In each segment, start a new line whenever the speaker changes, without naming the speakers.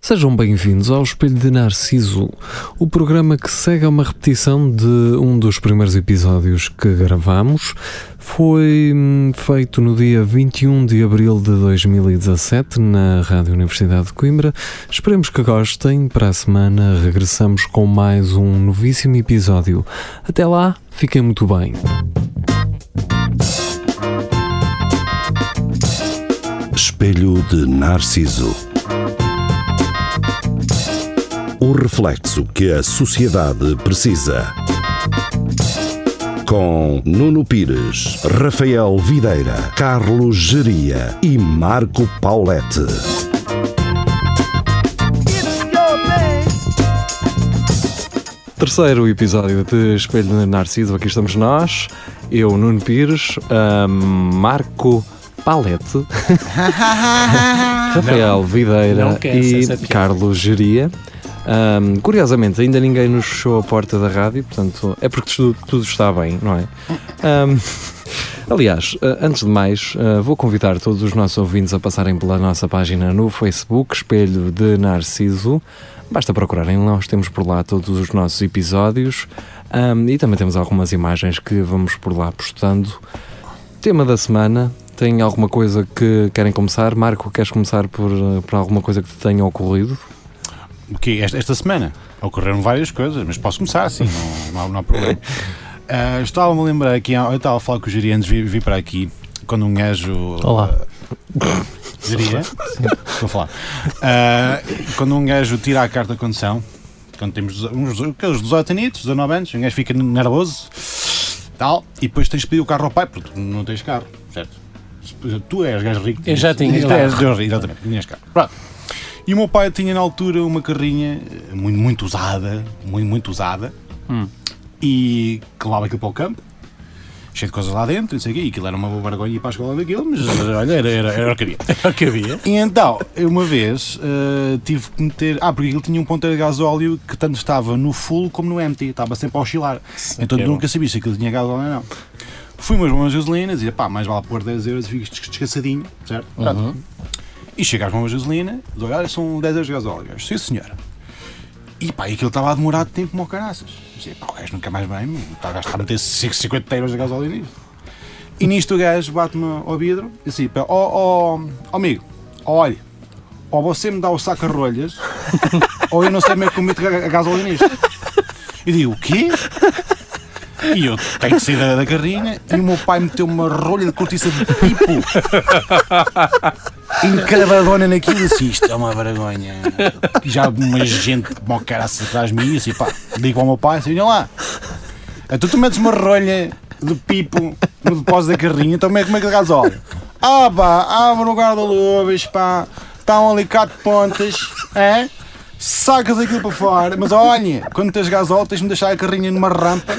Sejam bem-vindos ao Espelho de Narciso, o programa que segue a uma repetição de um dos primeiros episódios que gravamos. Foi hum, feito no dia 21 de abril de 2017 na Rádio Universidade de Coimbra. Esperemos que gostem. Para a semana regressamos com mais um novíssimo episódio. Até lá, fiquem muito bem.
Espelho de Narciso. O reflexo que a sociedade precisa. Com Nuno Pires, Rafael Videira, Carlos Geria e Marco Paulette.
Terceiro episódio de Espelho de Narciso, aqui estamos nós, eu, Nuno Pires, ahm, Marco Palete, Rafael Videira
não quero
e
essa é piada.
Carlos Geria. Ahm, curiosamente, ainda ninguém nos fechou a porta da rádio, portanto, é porque tudo, tudo está bem, não é? Ahm, Aliás, eh, antes de mais, eh, vou convidar todos os nossos ouvintes a passarem pela nossa página no Facebook, Espelho de Narciso. Basta procurarem, nós temos por lá todos os nossos episódios ahm, e também temos algumas imagens que vamos por lá postando. Tema da semana, tem alguma coisa que querem começar? Marco, queres começar por, eh, por alguma coisa que te tenha ocorrido?
O quê? Esta, esta semana ocorreram várias coisas, mas posso começar assim, não, não, há- não há problema. Ah, Estava-me a lembrar aqui, eu estava a falar com os geriantes, vi, vi para aqui, quando um gajo.
Olá.
ah, geria? Estou a falar. Ah, quando um gajo tira a carta de condução, quando temos dezo- uns, dezo- aqueles 18 anitos, 19 anos, um gajo fica nervoso, tal, e depois tens de pedir o carro ao pai, porque tu não tens carro, certo? Tu és gajo rico.
Eu já tinha
Isto
carro.
é, Deus, exatamente, tinhas carro. Pronto. E o meu pai tinha na altura uma carrinha eh, muito, muito usada, muito, muito usada, e que levava aquilo para o campo, cheio de coisas lá dentro, não sei o quê, e aquilo era uma boa vergonha ir para a escola daquilo, mas olha, era, era, era o que havia.
É o que havia.
E então, eu uma vez eh, tive que meter. Ah, porque ele tinha um ponteiro de gasóleo que tanto estava no full como no empty, estava sempre a oscilar. então
que é
eu nunca sabia se aquilo tinha gasóleo ou não. Fui umas bombas de gasolinas e pá, mais vale pôr 10 euros e fico des- descansadinho, certo? Pronto. E chego às bombas de gasolina, dou, olha, são 10 euros de gasóleo. Eu, Sim, senhora. E pá, e aquilo estava a demorar tempo como o caraças. Dizia, pá, o gajo nunca mais vem, meu. está a gastar a meter 50 euros de gasóleo nisto. E nisto o gajo bate-me ao vidro e assim, ó, ó, ó, amigo, olha, ou você me dá o saco a rolhas, ou eu não sei como é que eu meto a a gasolina nisto. E digo, o quê? E eu tenho que sair da, da carrinha e o meu pai meteu uma rolha de cortiça de pipo encravadona naquilo e assim, isto é uma vergonha. E Já uma gente como o cara atrás de mim e assim, pá, digo ao meu pai assim, olha lá, então tu metes uma rolha de pipo no depósito da carrinha, então como é como é que ligas óleo? Ah pá, abre o guarda-luvas, pá, tá estão ali quatro pontas, é? Sacas aquilo para fora, mas olha, quando tens gasóleo tens de deixar a carrinha numa rampa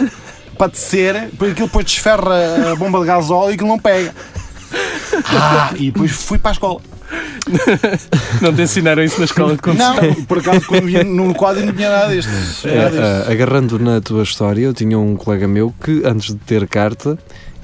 para descer, porque aquilo depois desferra a bomba de gasóleo e aquilo não pega. Ah, e depois fui para a escola.
Não te ensinaram isso na escola de condução?
Não, por acaso quando vinha no quadro não tinha nada disto. Nada disto.
Eh, eh, agarrando na tua história, eu tinha um colega meu que, antes de ter carta,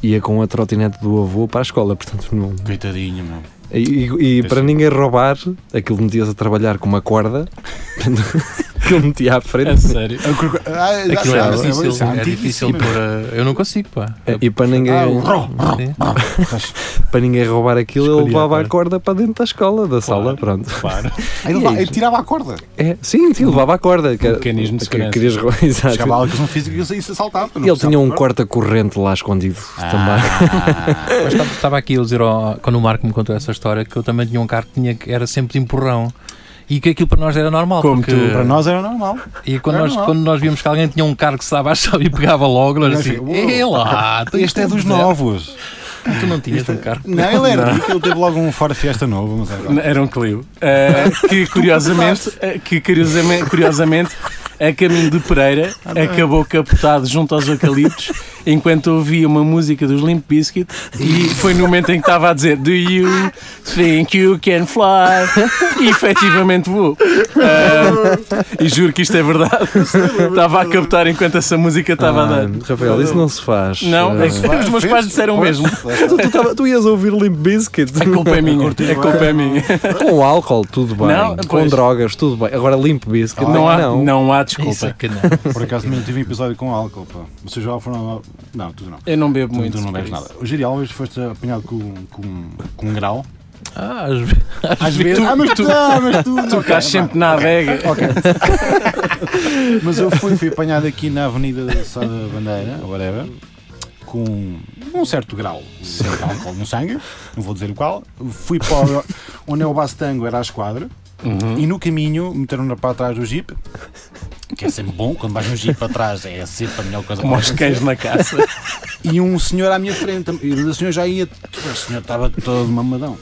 ia com a trotinete do avô para a escola, portanto, não,
Coitadinho, meu.
E, e- e para ninguém roubar, aquilo metias a trabalhar com uma corda que eu metia à
É
frente.
sério.
Ah, já
Aquilo é
sabes,
difícil,
isso
é difícil
antiquíssimo,
pôr a... Eu não consigo, pá.
E para ninguém,
Ah, o ro,
Sim.
para ninguém roubar aquilo, ele
Escolhi a
levava a
corda.
corda para dentro da escola, da sala. Pronto.
Claro.
Aí ele,
E
vai-
é
ele
isso.
tirava a corda.
É, sim, sim, levava a corda. Que,
mecanismo de
que-
segurança.
querias roubar, exato.
Chegava lá que não física e saía-se assaltado.
E ele tinha um corta-corrente lá escondido também.
Mas estava- estava aqui a dizer, ao- quando o Marco me contou essa história, que eu também tinha um carro que tinha, que era sempre de empurrão. E que aquilo para nós era normal.
Como
porque,
tu,
Para nós era normal.
E quando
era
nós,
normal.
quando nós víamos que alguém tinha um carro que se dava a chave e pegava logo, nós
Nós
assim,
assim,
"Ei lá, tu-
Este é dos novos.
Tu não tinhas um carro.
Não, ele era rico, ele teve logo um Ford Fiesta novo. Mas era
Era um Clio. eh, que curiosamente, eh, que Ah, é? curiosamente, curiosamente, a caminho de Pereira acabou capotado junto aos eucaliptos enquanto ouvia uma música dos Limp Bizkit e foi no momento em que estava a dizer Do you think you can fly? E efetivamente vou. Ah, e juro que isto é verdade. Estava a captar enquanto essa música estava a dar.
Ah, Rafael, isso não se faz.
Não,
Ah,
é que os meus pais disseram o mesmo.
tu, tu tava- tu ias ouvir Limp Bizkit
A culpa é minha. A culpa é minha.
com álcool, tudo bem.
Não,
com
pois.
drogas, tudo bem. Agora Limp Bizkit,
Não há,
não.
não há
Isso é
desculpa.
que não.
Por acaso também tive um episódio com álcool, pá. Vocês já foram. ao- Não, tu não.
Eu não bebo
Tu,
muito.
tu não bebes
por
nada. O Giri Alves foste apanhado com, com, com um grau.
Ah, às vezes-
Às vezes. Ah, mas tu. Ah, mas tu.
isso. Tu cás sempre na adega.
Mas eu fui, fui apanhado aqui na Avenida da Sá da Bandeira, ou whatever, com um certo grau de certo álcool no sangue, não vou dizer o qual. Fui para o- onde é o Bastango, era a esquadra, e no caminho meteram-na para trás do jeep, que é sempre bom, quando vais no jeep para trás é sempre a melhor coisa que
Como
pode
aos cães na caça.
e um senhor à minha frente. E o senhor já ia. O senhor estava todo mamadão.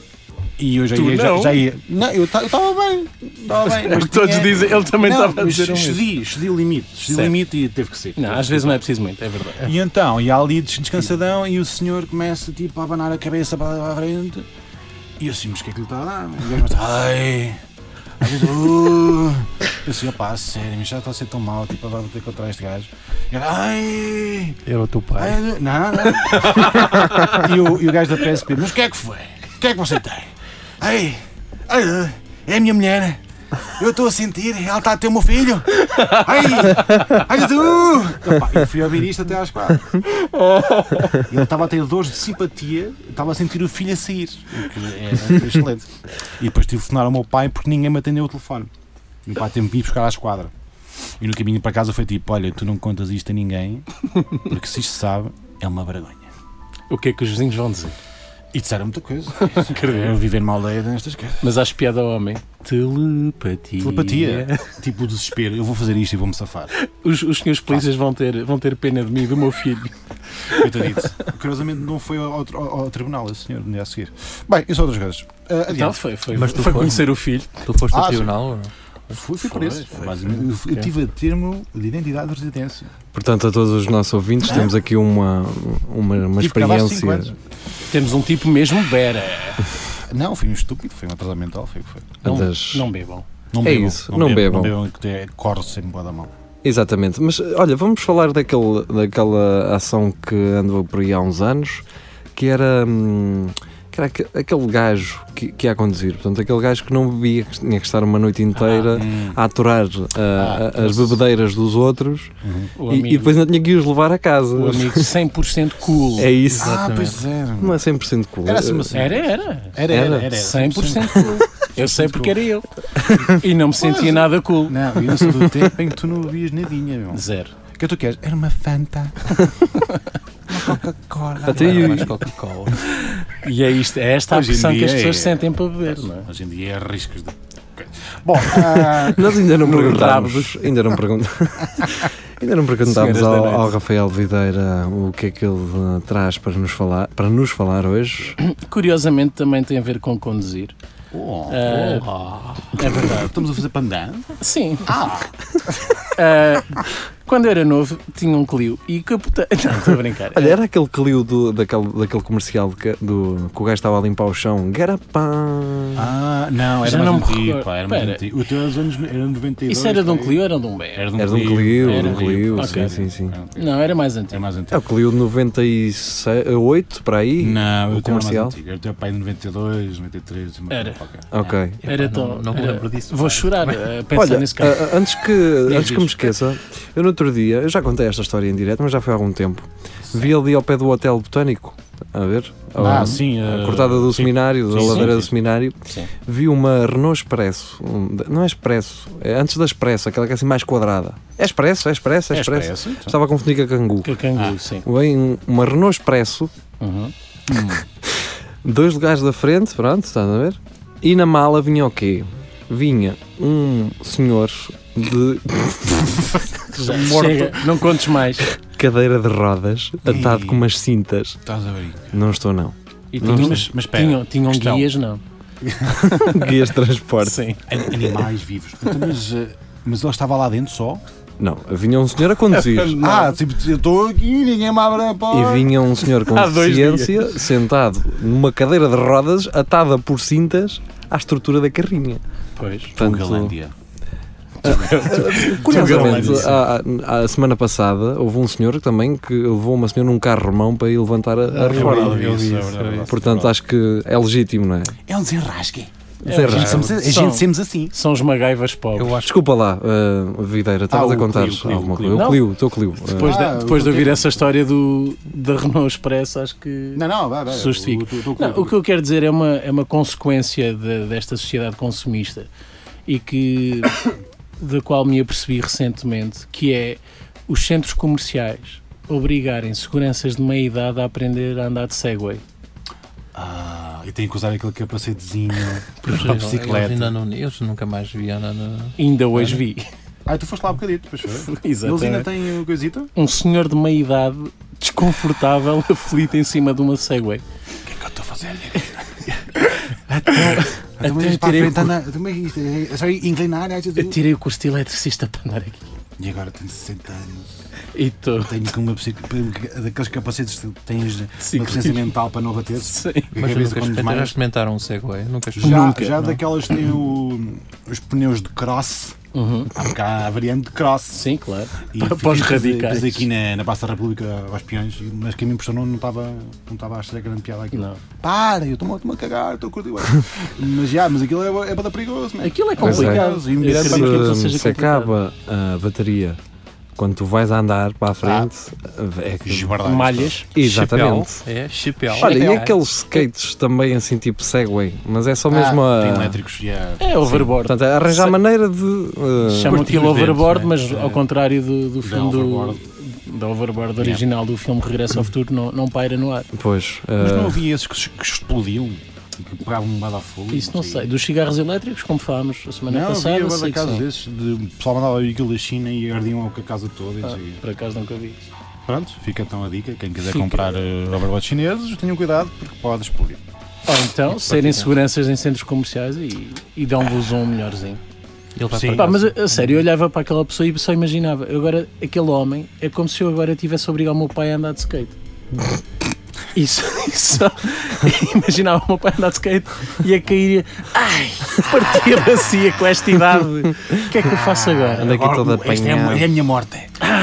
E eu já
Tu
ia. já-
não?
Já, ia não, eu ta- eu estava bem. Estava bem. mas
Todos
tinha-
dizem, ele também
Não,
estava a
mas
dizer o mesmo.
excedi, excedi o limite. Excedi o
Certo.
limite e teve que ser.
Não, às vezes não é preciso muito, é verdade.
E então, e há ali des- descansadão, e o senhor começa tipo a abanar a cabeça para a frente. E eu assim, mas o que é que lhe está a dar? E o gajo começa, ai. Às vezes, "Uh." Eu assim, opá, a sério, mas já está a ser tão mal, tipo, vai bater contra este gajo. E ele, ai.
Era o teu pai.
Ai, eu- Não, não. É, e, o, e o gajo da PSP, mas o que é que foi? O que é que você tem? Ai, ai, é a minha mulher. Eu estou a sentir, ela está a ter o meu filho. Ai, ai, tu! Epá, Eu fui ouvir isto até às quatro. Ele estava a ter dores de simpatia, estava a sentir o filho a sair. O que é excelente. E depois tive de telefonar ao meu pai porque ninguém me atendeu o telefone. Meu pai teve de me ir buscar à esquadra. E no caminho para casa foi tipo: Olha, tu não contas isto a ninguém, porque se isto se sabe, é uma vergonha.
O que é que os vizinhos vão dizer?
E disseram muita coisa. Eu viver numa aldeia destas coisas.
Mas acho piada ao homem. Telepatia.
Telepatia. tipo o desespero. Eu vou fazer isto e vou-me safar.
Os, os senhores polícias vão ter, vão ter pena de mim e do meu filho.
Coitadito. Curiosamente não foi ao, ao- ao tribunal, esse senhor, no dia a seguir. Bem, isso outras coisas. Ah,
Então
adiante.
foi, foi,
Mas tu
foi
foi.
conhecer o filho.
Tu foste
Ah,
ao
sim.
tribunal? ou não?
Fui, fui
Foi,
preso.
foi.
Basicamente, eu fui- eu tive a termo de identidade de residência.
Portanto, a todos os nossos ouvintes, temos aqui uma, uma, uma
Tive que acabar cinco
experiência.
anos.
Temos um tipo mesmo bera.
Não, fui um estúpido, foi um atraso mental, foi o que foi.
Não,
das-
não bebam.
Não
É
bebam,
isso, não
Não
bebam.
bebam, que é- corre sempre boa da mão.
Exatamente. Mas olha, vamos falar daquele, daquela ação que andou por aí há uns anos, que era. hum, que era aque- aquele gajo que, que ia a conduzir, portanto, aquele gajo que não bebia, que tinha que estar uma noite inteira a aturar uh,
Ah,
a- as bebedeiras dos outros
O
e, e
amigo,
depois não tinha que os levar a casa.
o amigo 100% cool.
É isso.
Ah, pois era.
Não é 100% cool.
Era assim uma cena.
Era, era.
Era, era,
Era.
era. era.
100% cool. Eu sei porque era eu. E não me sentia
Pois.
nada cool.
é. Não, eu sou do tempo em que tu não bebias nadinha, meu.
Zero.
O que tu queres? Era uma Fanta. uma Coca-Cola.
Até eu-
Mais Coca-Cola.
E é isto, é esta a
Hoje em
pressão que
dia
as pessoas
é-
sentem para beber, não é?
Hoje em dia é riscos de. Bom, ah,
Nós ainda não
No
perguntámos. Ainda não, pergun- ainda não perguntámos
Senhoras da
ao,
noite.
ao Rafael Videira o que é que ele eh, traz para nos falar, para nos falar hoje.
Curiosamente também tem a ver com conduzir.
oh,
Ah, é verdade.
estamos a fazer pandan?
Sim. Ah, quando eu era novo, tinha um Clio e capotei. Não, estou a brincar.
é
Olha, era aquele Clio do, daquele, daquele comercial que, do, que o gajo estava a limpar o chão. Garapã!
Ah, não, era
Já
mais
não me
antigo,
recordo.
pá, era mais
Pera.
antigo. O teu era dos anos era 92.
Isso era de um
pá.
Clio ou era de um BR?
Era de um
Era de um Clio,
Clio.
era um Clio, sim,
Ok.
sim, sim.
Era um Clio.
Não, era mais
Era
antigo.
mais
É o
antigo.
Clio de 98, para aí?
Não,
o
eu tenho mais
comercial?
antigo. Era o teu pai é de 92, 93, uma
Era.
coisa qualquer.
Ok.
Epá,
Era tão.
não, não me
era-
lembro disso.
Vou
pá.
chorar a pensar
Olha,
nesse
eh,
carro.
a- a- antes que, antes que me
diz.
esqueça, eu no outro dia, eu já contei esta história em direto, mas já foi há algum tempo. Vi ali ao pé do Hotel Botânico, a ver?
Ah,
Ao-
sim.
A
eh,
cortada do
sim.
seminário, da
Sim, sim,
ladeira do
sim.
seminário,
Sim.
vi uma Renault Expresso. um- não é Expresso, é antes da Expresso, aquela que é assim mais quadrada. É Expresso, é Expresso, é,
É
Expresso.
expresso. então.
Estava a confundir com a Cangu.
Que canguru,
ah,
sim.
Bem, um, uma Renault Expresso,
Uhum.
dois lugares da frente, pronto, estás a ver? E na mala vinha o quê? Vinha um senhor de
Já chega, não contes mais.
cadeira de rodas, atado com umas cintas.
Estás a ver?
Não estou, não.
E
Não,
tinham,
mas- mas espera.
tinham, tinham
Questão.
guias, não.
Guias de transporte.
Sim.
ah, An- Animais vivos. Então, mas, eh, mas ele estava lá dentro só?
Não, vinha um senhor a conduzir.
Ah, tipo, eu estou aqui e ninguém me abre a porta.
E vinha um senhor com
Há dois
deficiência sentado numa cadeira de rodas atada por cintas à estrutura da carrinha.
Pois.
Portanto, Curiosamente, a, a- a semana passada houve um senhor também que levou uma senhora num carro mão para ir levantar a, a reforma.
vi isso, é verdade.
Portanto, acho que é legítimo, não é?
É um desenrasque.
Desenrasque.
A gente somos- A
É, São-
gente sempre assim.
São os magaivas pobres.
Eu acho
Desculpa lá, ah, Videira, estavas
Ah,
a
o
contar
Clio, Clio,
alguma
Clio.
coisa.
Não.
O Clio, o teu Clio. ah.
Depois,
Ah,
de, depois de
eu-
ouvir essa história do, da Renault Express, acho que.
Não, não, vai, vai.
Justifico.
Eu tô- tô- tô-
Não, o que eu quero dizer é uma, é uma consequência de- desta sociedade consumista e que da qual me apercebi recentemente, que é os centros comerciais obrigarem seguranças de meia idade a aprender a andar de Segway.
Ah, e tem que usar aquele capacetezinho para a
eles, eles ainda
bicicleta.
não, eles nunca mais vi andar na.
Ainda hoje vi.
Ah, tu foste lá um bocadinho, depois foi. Eles ainda
Exatamente.
têm o coisita?
Um senhor de meia idade desconfortável, aflito em cima de uma Segway.
O que é que eu estou a fazer?
Até
Então, isto para a
tirei, o
frente,
cu-
anda. então, mas isto é- é Só inclinar, é tudo.
atirei o curso de eletricista para andar aqui.
E agora tenho 60 anos.
E estou.
Tenho com uma psico- daqueles capacetes que tens uma
Ciclismo.
presença mental para não bater-se.
Sim.
A
Mas
cabeça
nunca
quando
experimentaram- já
desmaias.
experimentaram um Segway? Nunca
Já,
experimentaram.
Nunca,
já
não. é?
daquelas que têm o- os pneus de cross.
Uhum.
Porque há a variante de cross.
Sim, claro.
E
Para-
fiz-
para os
fiz-
radicais.
Fiz aqui na, na Praça da República aos peões, mas quem me impressionou não estava não estava a achar grande piada aquilo.
Não.
Para, eu estou-me a cagar, estou a curtir. bué. mas já, mas aquilo é, é bada perigoso, né?
Aquilo é
Pois é.
complicado.
E um direto
se,
para
Acredito que aquilo seja
se
complicado.
acaba a bateria quando tu vais a andar
Ah.
para a frente, é que.
Esbardalhos.
Malhas.
Exatamente.
É, chipel.
Olha, e aqueles skates também assim tipo Segway, mas é só
Ah,
mesmo a.
Tem elétricos e é-
É overboard.
Portanto, é arranjar
Se-
maneira de. uh,
Chamam
curtir
aquilo
os dedos,
overboard,
né?
mas
É.
ao contrário do, do
Da
filme
Overboard.
do. Da overboard original do filme Regresso ao Futuro, não, não paira no ar.
pois.
Mas não
uh,
havia esses que, se- que explodiam, que pegavam um bada a fogo.
Isso não sei. Dos cigarros elétricos, como falámos a semana
Não,
passada,
havia
sei
agora
que
casos
sim.
desses, de, o pessoal mandava aquilo da China e ardiam a casa
Ah.
toda. e não sei o quê.
Por acaso nunca vi isso.
Pronto, fica então a dica. Quem quiser
Fica.
comprar uh, overbots chineses, tenham cuidado porque pode explodir.
Ou então, serem seguranças em centros comerciais e, e dão-vos um melhorzinho.
Ele vai
Sim.
para
Pá,
casa.
mas a, a sério, eu olhava para aquela pessoa e só imaginava. Eu Agora, aquele homem, é como se eu agora tivesse a obrigar o meu pai a andar de skate. Isso, isso. Imaginava o meu pai a andar de skate e a cair. e a- Ai, partia da CIA com esta idade. O que é que eu faço agora?
Anda aqui toda
Esta é, a
apanhada.
mo- é a minha morte.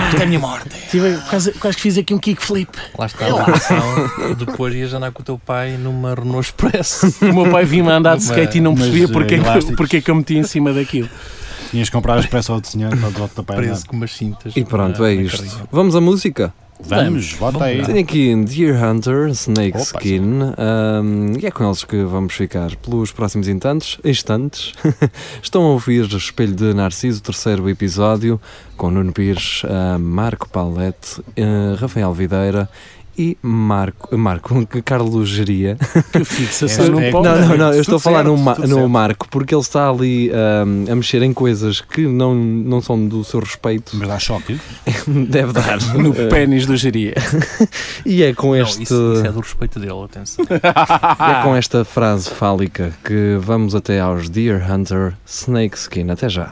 Esta é a minha morte.
Tive, quase, quase que fiz aqui um kickflip.
Lá está a versão. É Depois ias andar com o teu pai numa Renault
É
Express.
O meu pai vinha a andar de skate e não
Mas,
percebia
eh,
porque, é que,
elásticos.
porque é que eu meti em cima daquilo.
Tinhas que comprar expresso ao senhor para o outro
preso com umas cintas.
E pronto,
Ah,
na-
é
na
isto.
carrinha.
Vamos à música.
Vamos, bota aí.
Tenho aqui Deer Hunter, Snake
Opa,
Skin, um, e é com eles que vamos ficar pelos próximos intantes, instantes. Estão a ouvir Espelho de Narciso, terceiro episódio, com Nuno Pires, uh, Marco Paulette, uh, Rafael Videira e Marco, Marco Carlos Geria.
Que fixação
É,
num
é-
pau.
Não, não, não, eu
Tudo
estou a falar no,
certo,
Ma-
tudo
no
certo.
Marco, porque ele está ali um, a mexer em coisas que não, não são do seu respeito,
Mas dá choque.
deve dar.
No
Uh,
pênis do geria.
e é com
Não,
este.
isso, isso é do respeito dele, atenção.
E é
Ah.
com esta frase fálica que vamos até aos Deer Hunter Snake Skin. Até já.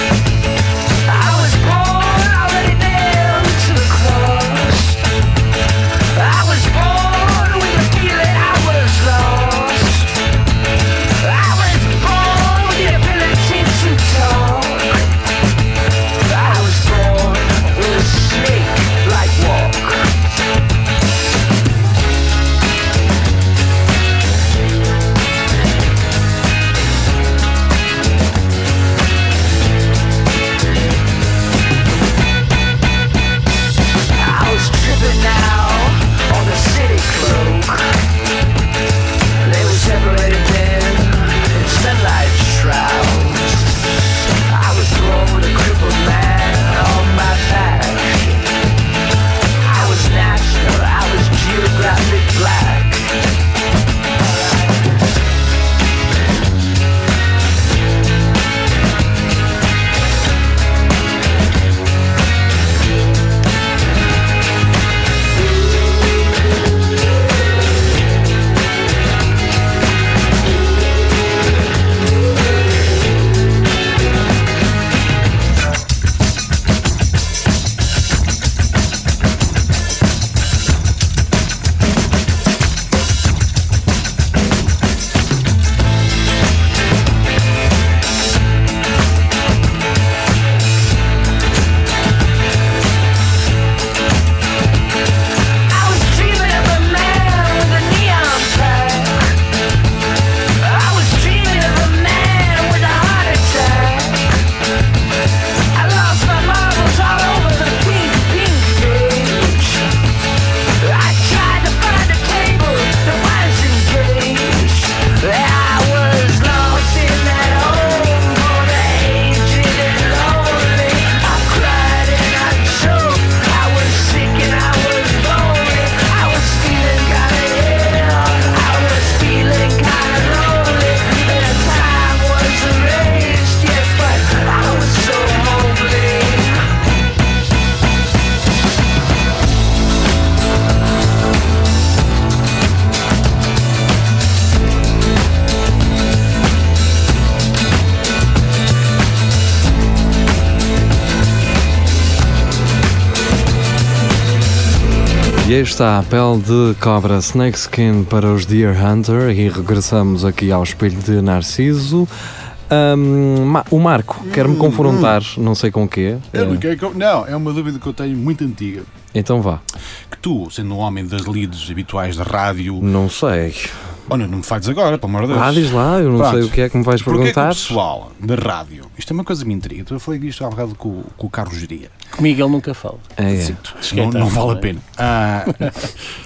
I was born already nailed to the cross. I was born with the feeling I was lost. I was born with the ability to talk.
E aí está a pele de cobra Snakeskin para os Deer Hunter e regressamos aqui ao espelho de Narciso. Ahm, Ma- o Marco quer-me confrontar, não sei com o quê.
Hum, Eu não,
Eh,
quero com- não, é uma dúvida que eu tenho muito antiga.
Então vá.
Que tu, sendo um homem das leads habituais de rádio,
Não sei.
olha, não me fazes agora, pelo amor de Deus.
Ah, diz lá, eu não
Pronto.
sei o que é que me vais
Porquê que o
perguntar.
pessoal da rádio, isto é uma coisa que me intriga, tu eu falei disto há bocado com, o- com o Carlos Geria,
Comigo ele nunca fala.
É, é.
não,
Esquenta,
não vale a
não é?
pena, Ah,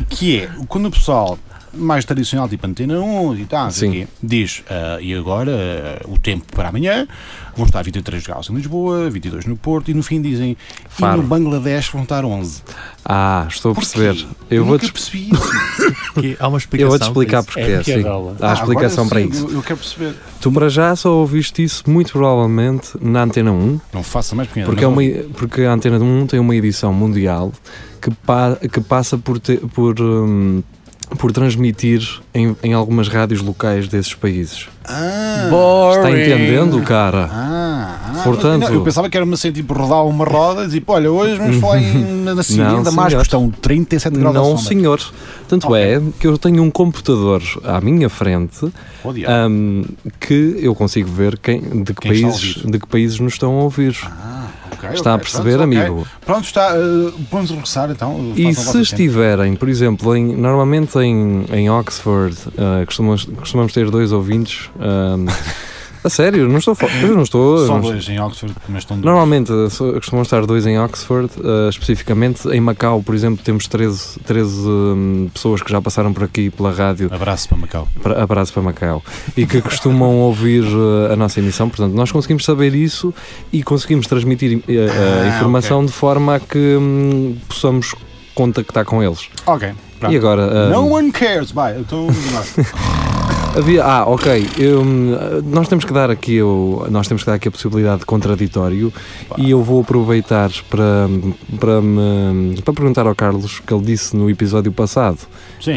que é, quando o pessoal mais tradicional, tipo Antena 1 e tal, não sei o
Sim.
quê, diz, ah, e agora ah, o tempo para amanhã, vão estar 23 graus em Lisboa, 22 no Porto, e no fim dizem,
Faro.
e no Bangladesh vão estar 11.
Ah, estou a
Porquê?
perceber. Eu
nunca
vou-te
percebi isso.
Que há uma explicação.
eu vou-te explicar
para
porquê.
É
sim.
piadola.
Há
Ah,
explicação para
agora sim,
isso.
Eu, eu quero perceber.
Tu para já só ouviste isso, muito provavelmente, na Antena 1,
Não faça mais pequena.
porque, é
não
uma,
vou-
porque a Antena 1 tem uma edição mundial que, pa- que passa por, te- por, hum, por transmitir em, em algumas rádios locais desses países.
Ah,
Está entendendo, cara?
Ah, ah,
Portanto-
não, eu pensava que era uma cena tipo rodar uma roda e tipo, olha, hoje vamos falar em, na- na Síria
Não,
da Damasco,
senhor.
estão 37 graus
Não,
à sombra.
senhor. Tanto
Ok.
é que eu tenho um computador à minha frente
Oh, diabo.
hum, que eu consigo ver quem, de, que
Quem está a
países,
ouvir.
de que países nos estão a ouvir.
Ah, ok,
Está a
ok,
perceber,
pronto, ok.
amigo?
Pronto, está, eh, vamos regressar então.
E
façam a vossa
se estiverem, por exemplo, em- normalmente em, em Oxford eh, costumamos, costumamos ter dois ouvintes. ahm, a sério, não estou a falar- eu não estou.
cena. Só
não estou-
dois em Oxford, mas estão
Normalmente eh, so- costumam estar dois em Oxford, eh, especificamente em Macau, por exemplo, temos 13, 13 hum, pessoas que já passaram por aqui pela rádio,
Abraço para Macau.
pra, abraço para Macau, e que costumam ouvir eh, a nossa emissão. Portanto, nós conseguimos saber isso e conseguimos transmitir eh, a
Ah,
informação de forma a que hum, possamos contactar com eles.
Ok, pronto.
E agora? ah,
No one cares, vai, então
havia, ah, ok. eu, hum, nós temos que dar aqui o, nós temos que dar aqui a possibilidade de contraditório e eu vou aproveitar para para me para perguntar ao Carlos que ele disse no episódio passado
Sim.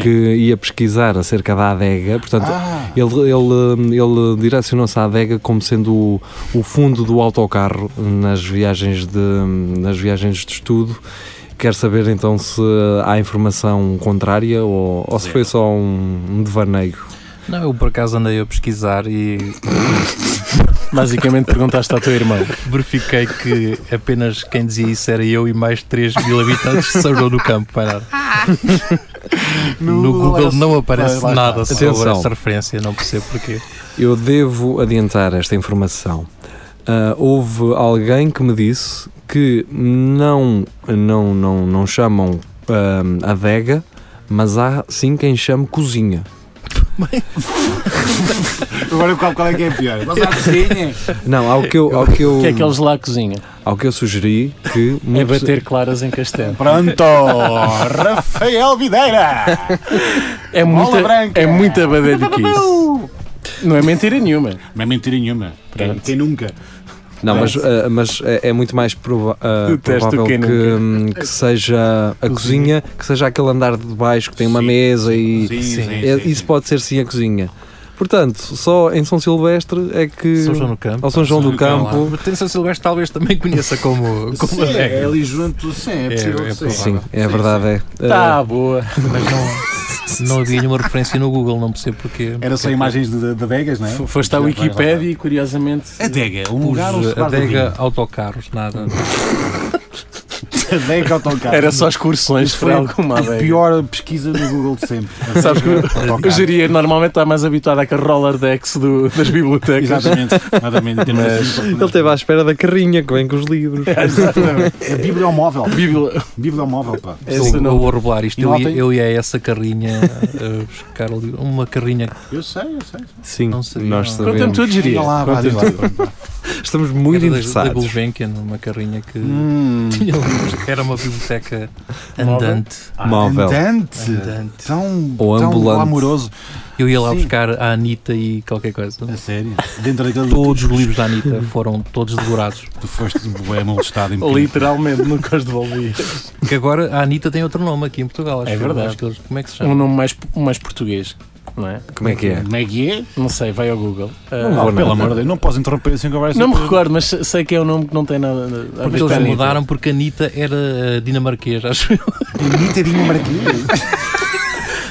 que ia pesquisar acerca da adega, portanto.
Ah,
Ele, ele, hum, ele direcionou-se à adega como sendo o, o fundo do autocarro nas viagens de, hum, nas viagens de estudo. Quer saber então se há informação contrária ou, ou se foi só um, um devaneio.
Não, eu por acaso andei a pesquisar e
Basicamente perguntaste ao teu irmão.
verifiquei que apenas quem dizia isso era eu e mais 3 mil habitantes de São João do Campo. Para nada. No, Google não aparece
Vai, vai,
nada
vai.
sobre
Atenção.
essa referência, não percebo porquê.
Eu devo adiantar esta informação. Ah, houve alguém que me disse que não, não, não, não chamam ahm, adega, mas há sim quem chame cozinha.
agora qual, qual é que é a pior? Mas há cozinha.
Não, ao que eu, ao que eu,
O que é que eles lá cozinham?
ao que eu sugeri que
É
muito-
bater claras em castelo.
Pronto, Rafael Videira.
É
Bola
muita,
branca.
é muita badalho que isso. Não é mentira nenhuma.
Não é mentira nenhuma. Quem,
Pronto.
quem nunca?
Não, mas, ah, mas é, é muito mais prova- ah,
Detesto
provável que,
quem nunca.
hum, que seja a cozinha, que seja aquele andar de baixo que tem uma
Sim,
mesa e
Sim,
Sim.
sim,
É,
sim,
isso
sim.
pode ser sim a cozinha. Portanto, só em São Silvestre é que.
São João do Campo.
Ao São João do Campo.
Tem São Silvestre talvez também conheça como, como
Sim,
adega.
é ali junto, sim, é possível
é
que seja.
Sim, é verdade. É.
Tá, boa.
Mas não, não havia nenhuma referência no Google, não percebo porquê.
Era
É,
só imagens de, de, de Vegas, não é?
F- Foste à Wikipédia e curiosamente.
Adega, um
Pus
lugar
eh,
onde se guarda
adega,
vinho.
autocarros, nada.
Adega autocarro.
Era só excursões
Foi
para alguma
a
adega.
pior pesquisa do Google de sempre.
Sabes que
Autocarro.
o geria normalmente está mais habituado àquele roller decks do- das bibliotecas.
Exatamente, exatamente. Temos assim para poder-
Eh, Ele esteve à espera da carrinha que vem com os livros.
Exatamente. É bibliomóvel.
Bíblia.
Bibliomóvel, pá.
Eu,
Essa
eu
não.
vou revelar isto.
E
Eu ia,
ontem-
eu ia a essa carrinha a buscar ali. Uma carrinha.
Eu sei, eu sei.
Sim,
Não sabia,
nós
não.
sabemos.
Conta-me tudo, geria.
Diga lá, vá, diga
Conta-me tudo.
lá.
Estamos muito
era da- Da
interessados.
Gulbenkian, uma carrinha que
Hum.
tinha livros. Era uma biblioteca andante.
um
Móvel.
Andante.
Andante.
Tão,
Ou
tão
ambulante.
glamouroso.
Eu ia lá
Sim. É
buscar a Anitta e qualquer coisa.
A sério. Dentro daquele.
Todos os livros da Anitta foram todos devorados.
Tu foste bem molestado em pequeno.
Literalmente nunca os devolvi.
Que agora a Anitta tem outro nome aqui em Portugal. acho
É
eu.
verdade.
Acho que eles- como é que se
Um
chama?
nome mais, mais português. não é?
Como é que é?
Como é que é?
Não sei, vai ao Google. Ah,
vou,
Pelo
não.
amor de Deus, não posso interromper assim conversa.
não me recordo, mas sei que é um nome que não tem nada a
Porque
ver com a
eles
Anitta.
mudaram porque a Anitta era eh, dinamarquesa, acho eu.
Anitta de Marquinhos.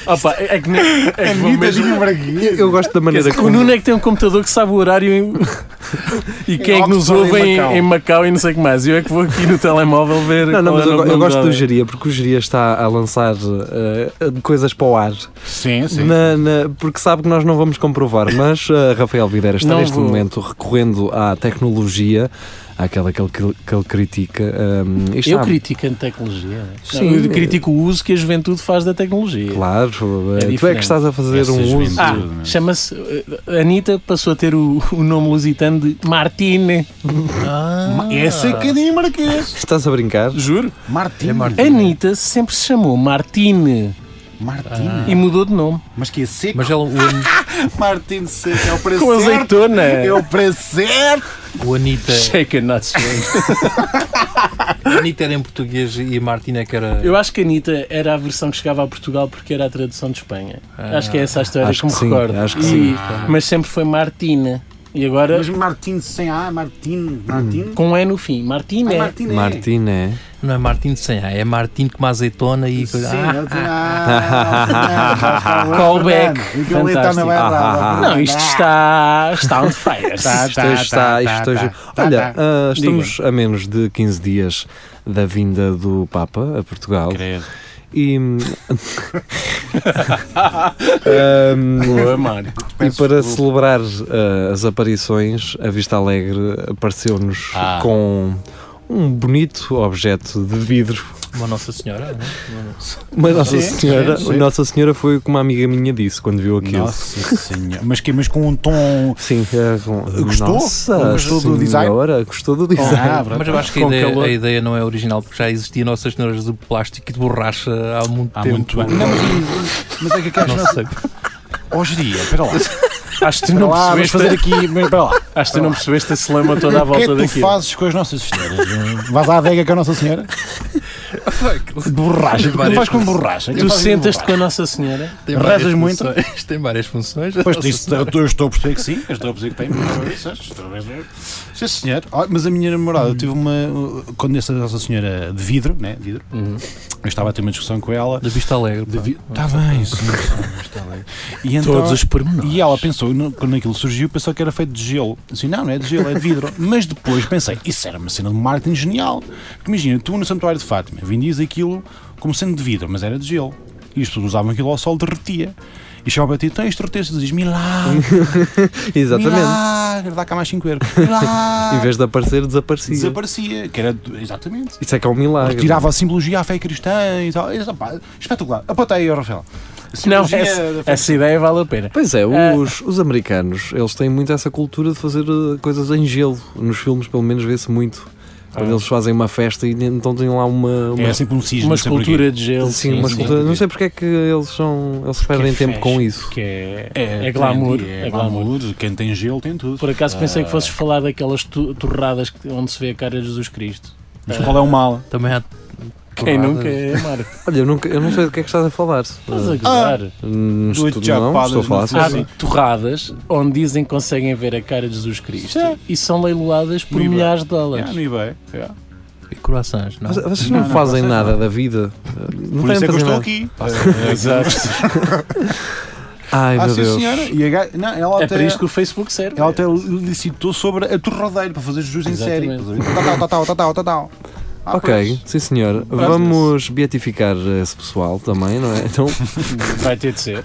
Opa, é que, nem- é que vou
Anitta
mesmo-
de Marquinhos.
Eu gosto da
Quer
maneira
dizer, o
como.
Nuno é que tem um computador que sabe o horário em- e quem é que nos
Oxford,
ouve
em
em
Macau.
em Macau e não sei o que mais. Eu é que vou aqui no telemóvel ver.
Não, não,
qual
mas
é o
eu,
nome
eu
do
gosto do
jovem.
Geria porque o Geria está a lançar eh, coisas para o ar,
Sim, sim.
na- na- porque sabe que nós não vamos comprovar. Mas eh, Rafael Videira está
Não
neste
vou.
momento recorrendo à tecnologia, àquela que ele, que ele critica. ehm, e
Eu
está,
critico a tecnologia. né?
Sim.
eu critico o uso que a juventude faz da tecnologia.
Claro, eh, tu é
diferente.
que estás a fazer
Essa
um uso.
juventude.
Ah,
Tudo, né?
chama-se. eh, A Anitta passou a ter o, o nome lusitano de Martine.
Essa é que é de Marquês.
Estás a brincar?
Juro?
Martim.
Anitta sempre se chamou Martine
Martim.
e mudou de nome.
Mas que é seco.
Mas ela, o, An-
Martim seco. É o preço
Com
certo.
azeitona.
É o preço certo.
o Anitta,
É.
Shaken, not shaken.
a Anitta era em português e a Martina é que era.
Eu acho que a Anitta era a versão que chegava a Portugal porque era a tradução de Espanha. acho que é essa a história
Ah, Acho
que me
que sim,
recordo.
acho que
E-
sim.
Mas sempre foi Martina. E agora
Mas Martim sem A, Martim. Martim.
com um E no fim. Martina.
Ah,
Ai, Martim é.
Martina, é?
Não é Martin sem A, é Martin com uma azeitona e
Sim,
coisa. Ah,
eu tenho- Ah,
Callback.
Fernando, o Galeta não é
Fantástico.
brava.
Não, isto está, está on fire. Está,
Isto hoje
tá,
está, isto hoje- Olha, ah,
Diga.
estamos a menos de 15 dias da vinda do Papa a Portugal. E, hum, hum,
Boa, Marco.
e para celebrar ah, as aparições, a Vista Alegre apareceu-nos
Ah.
com um bonito objeto de vidro.
uma Nossa Senhora. não é?
Uma Nossa
Sim,
Senhora,
sim, sim.
Nossa Senhora foi como uma amiga minha disse quando viu aquilo.
Nossa senhora. Mas que mas com um tom.
Sim, é, com-
Gostou?
Nossa
Gostou do design?
Senhora, Gostou do design?
Mas eu acho que a
Com
ideia,
calor.
a ideia não é original, porque já existia Nossas Senhoras de plástico e de borracha há muito
Há
tempo.
muito bem. Não, mas, mas é que aquelas.
Não sei.
Hoje dia, espera lá.
Acho que tu
Espera
não
lá, vamos
percebeste,
fazer aqui. mas Espera lá.
acho que tu não percebeste a celema toda à
O que é
volta
que tu
daquilo.
fazes com as nossas senhoras? Vais à adega com a Nossa Senhora? Borracha. O que tu
várias
fazes com borracha?
Tu sentas-te com a Nossa Senhora.
Tem
Rezas
várias
muito?
funções, Tem várias funções.
Pois
Nossa
disso, eu, eu estou a perceber que sim, eu estou a perceber que tem. estou a Hum. perceber. Sim, senhor. Olha, mas a minha namorada teve uma. Quando essa nossa senhora de vidro, né? Vidro. Eu estava a ter uma discussão com ela.
Da Vista Alegre.
De
pá.
vi- Está bem, sim, sim, está tá bem. E então-
Todos os pormenores.
E ela pensou, no- quando aquilo surgiu, pensou que era feito de gelo. Eu Disse, não, não é de gelo, é de vidro. Mas depois pensei, isso era uma cena de marketing genial. Porque imagina, tu no Santuário de Fátima vendias aquilo como sendo de vidro, mas era de gelo. E as pessoas usavam aquilo ao sol, derretia. E chegava para ti, tens certeza, tu dizes, milagre,
Exatamente.
milagre, dá cá mais 5 euros. Milagre.
Em vez de aparecer, desaparecia.
Desaparecia, que era, exatamente.
Isso é que é um milagre.
Tirava a simbologia à fé cristã e tal. E, pá, espetacular. Aponta aí, Rafael. A
Não,
simbologia da
essa,
fé
essa ideia vale a pena.
Pois é,
Ah.
os, os americanos, eles têm muito essa cultura de fazer eh, coisas em gelo. Nos filmes, pelo menos, vê-se muito. Quando eles fazem uma festa e então têm lá uma... uma
Ah. É sempre um cisma.
Uma
não sei porquê.
escultura de gelo.
Sim, uma escultura. Não sei porque é que eles são. Eles perdem
é
tempo com
fashion,
isso.
Que é,
É,
é glamour.
tem-
É glamour.
Quem tem gelo tem tudo.
Por acaso pensei que fosses falar daquelas tu- torradas que- onde se vê a cara de Jesus Cristo.
Mas qual é o mal?
Também há.
Quem
torradas.
nunca é, Marco?
Olha, eu, nunca, eu não sei do que é que estás a falar.
Estás a gozar.
Hum,
Duas
estudo não,
chapadas
estou a falar
no
sobre
Há
Sim.
torradas onde dizem que conseguem ver a cara de Jesus Cristo e são leiloadas por
Muito bem.
milhares de
Yeah,
dólares.
no eBay. Yeah.
E croissants, não?
Mas Vocês não,
Não, não,
fazem
vocês
nada da vida. Eh, Não têm
Por isso é que eu
fazer
estou
nada.
aqui.
Ah, Exato.
Ai,
Ah,
meu
sim,
Deus.
senhora. E a ga- não, ela
É
até,
para isto que o Facebook serve.
ela até licitou sobre a torradeira para fazer jus em série.
Exatamente.
Tal, tal, tal, tal, tal, tal, tal. Ah,
Ok, sim senhor. Vamos beatificar esse pessoal também, não é? Então,
Vai ter de ser.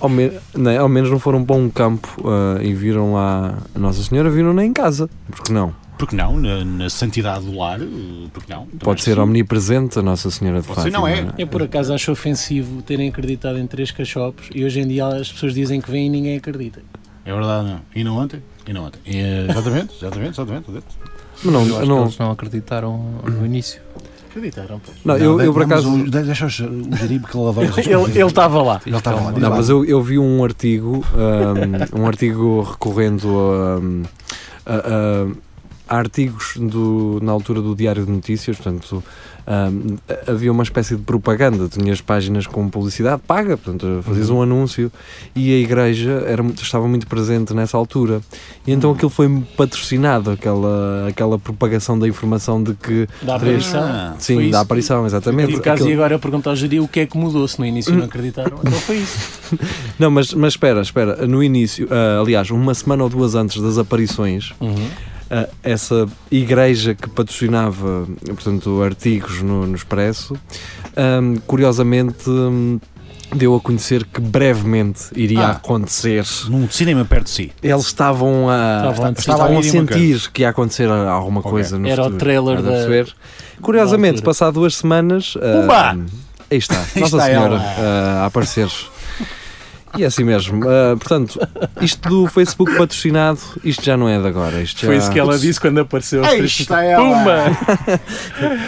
ao, me- né, ao menos não foram para um campo ah, e viram lá a Nossa Senhora, viram nem em casa. Porque não?
pois. Porque não? Na, na santidade do lar? eh, Porque não? Também
Pode
sim.
ser omnipresente a Nossa Senhora de
Pode ser,
Fátima.
não é?
não é?
Eu por acaso acho ofensivo terem acreditado em três cachopos e hoje em dia as pessoas dizem que vêm e ninguém acredita.
É verdade, não. E não ontem? E não ontem. Eh, Exatamente, exatamente, exatamente. exatamente.
Mas não,
Eu acho que
não,
eles não acreditaram no início.
Acreditaram, pô.
não, eu,
Não,
eu por
mas
acaso.
o- Deixa o Jaribe que ele adora essas coisas.
Ele ele estava lá.
Ele estava
é
lá. diz
Não,
lá.
mas eu, eu vi um artigo, um, um artigo recorrendo a, um, a- há artigos do, na altura do Diário de Notícias, portanto, hum, havia uma espécie de propaganda, tinhas páginas com publicidade paga, portanto, fazias
Uhum.
um anúncio e a igreja era, muito- estava muito presente nessa altura. E
Uhum.
então aquilo foi patrocinado, aquela, aquela propagação da informação de que.
Dá para
três-
isso.
Sim,
Foi
da
isso.
aparição, exatamente.
Por acaso,
Aquilo-
e agora perguntar ao Júlio o que é que mudou, se no início não acreditaram. Então foi isso.
Não, mas, mas espera, espera. No início, ah, aliás, uma semana ou duas antes das aparições, ah, essa igreja que patrocinava, portanto, artigos no, no Expresso, ahm, curiosamente hum, deu a conhecer que brevemente iria
Ah.
acontecer.
Num cinema perto de si.
Eles estavam a,
Estavam a
estavam a
antecipar.
Estavam a ir em
sentir que ia acontecer alguma coisa no
Era o
futuro.
trailer
Estás a
da-
perceber? Curiosamente,
altura.
passado duas semanas.
Pumba!
ahm, aí está, Nossa
está
Senhora
ela.
ah, a aparecer. E é assim mesmo. Ah, portanto, isto do Facebook patrocinado, isto já não é de agora. Isto já...
Foi isso que ela disse quando apareceu.
Aí
três-
está ela.
Pumba!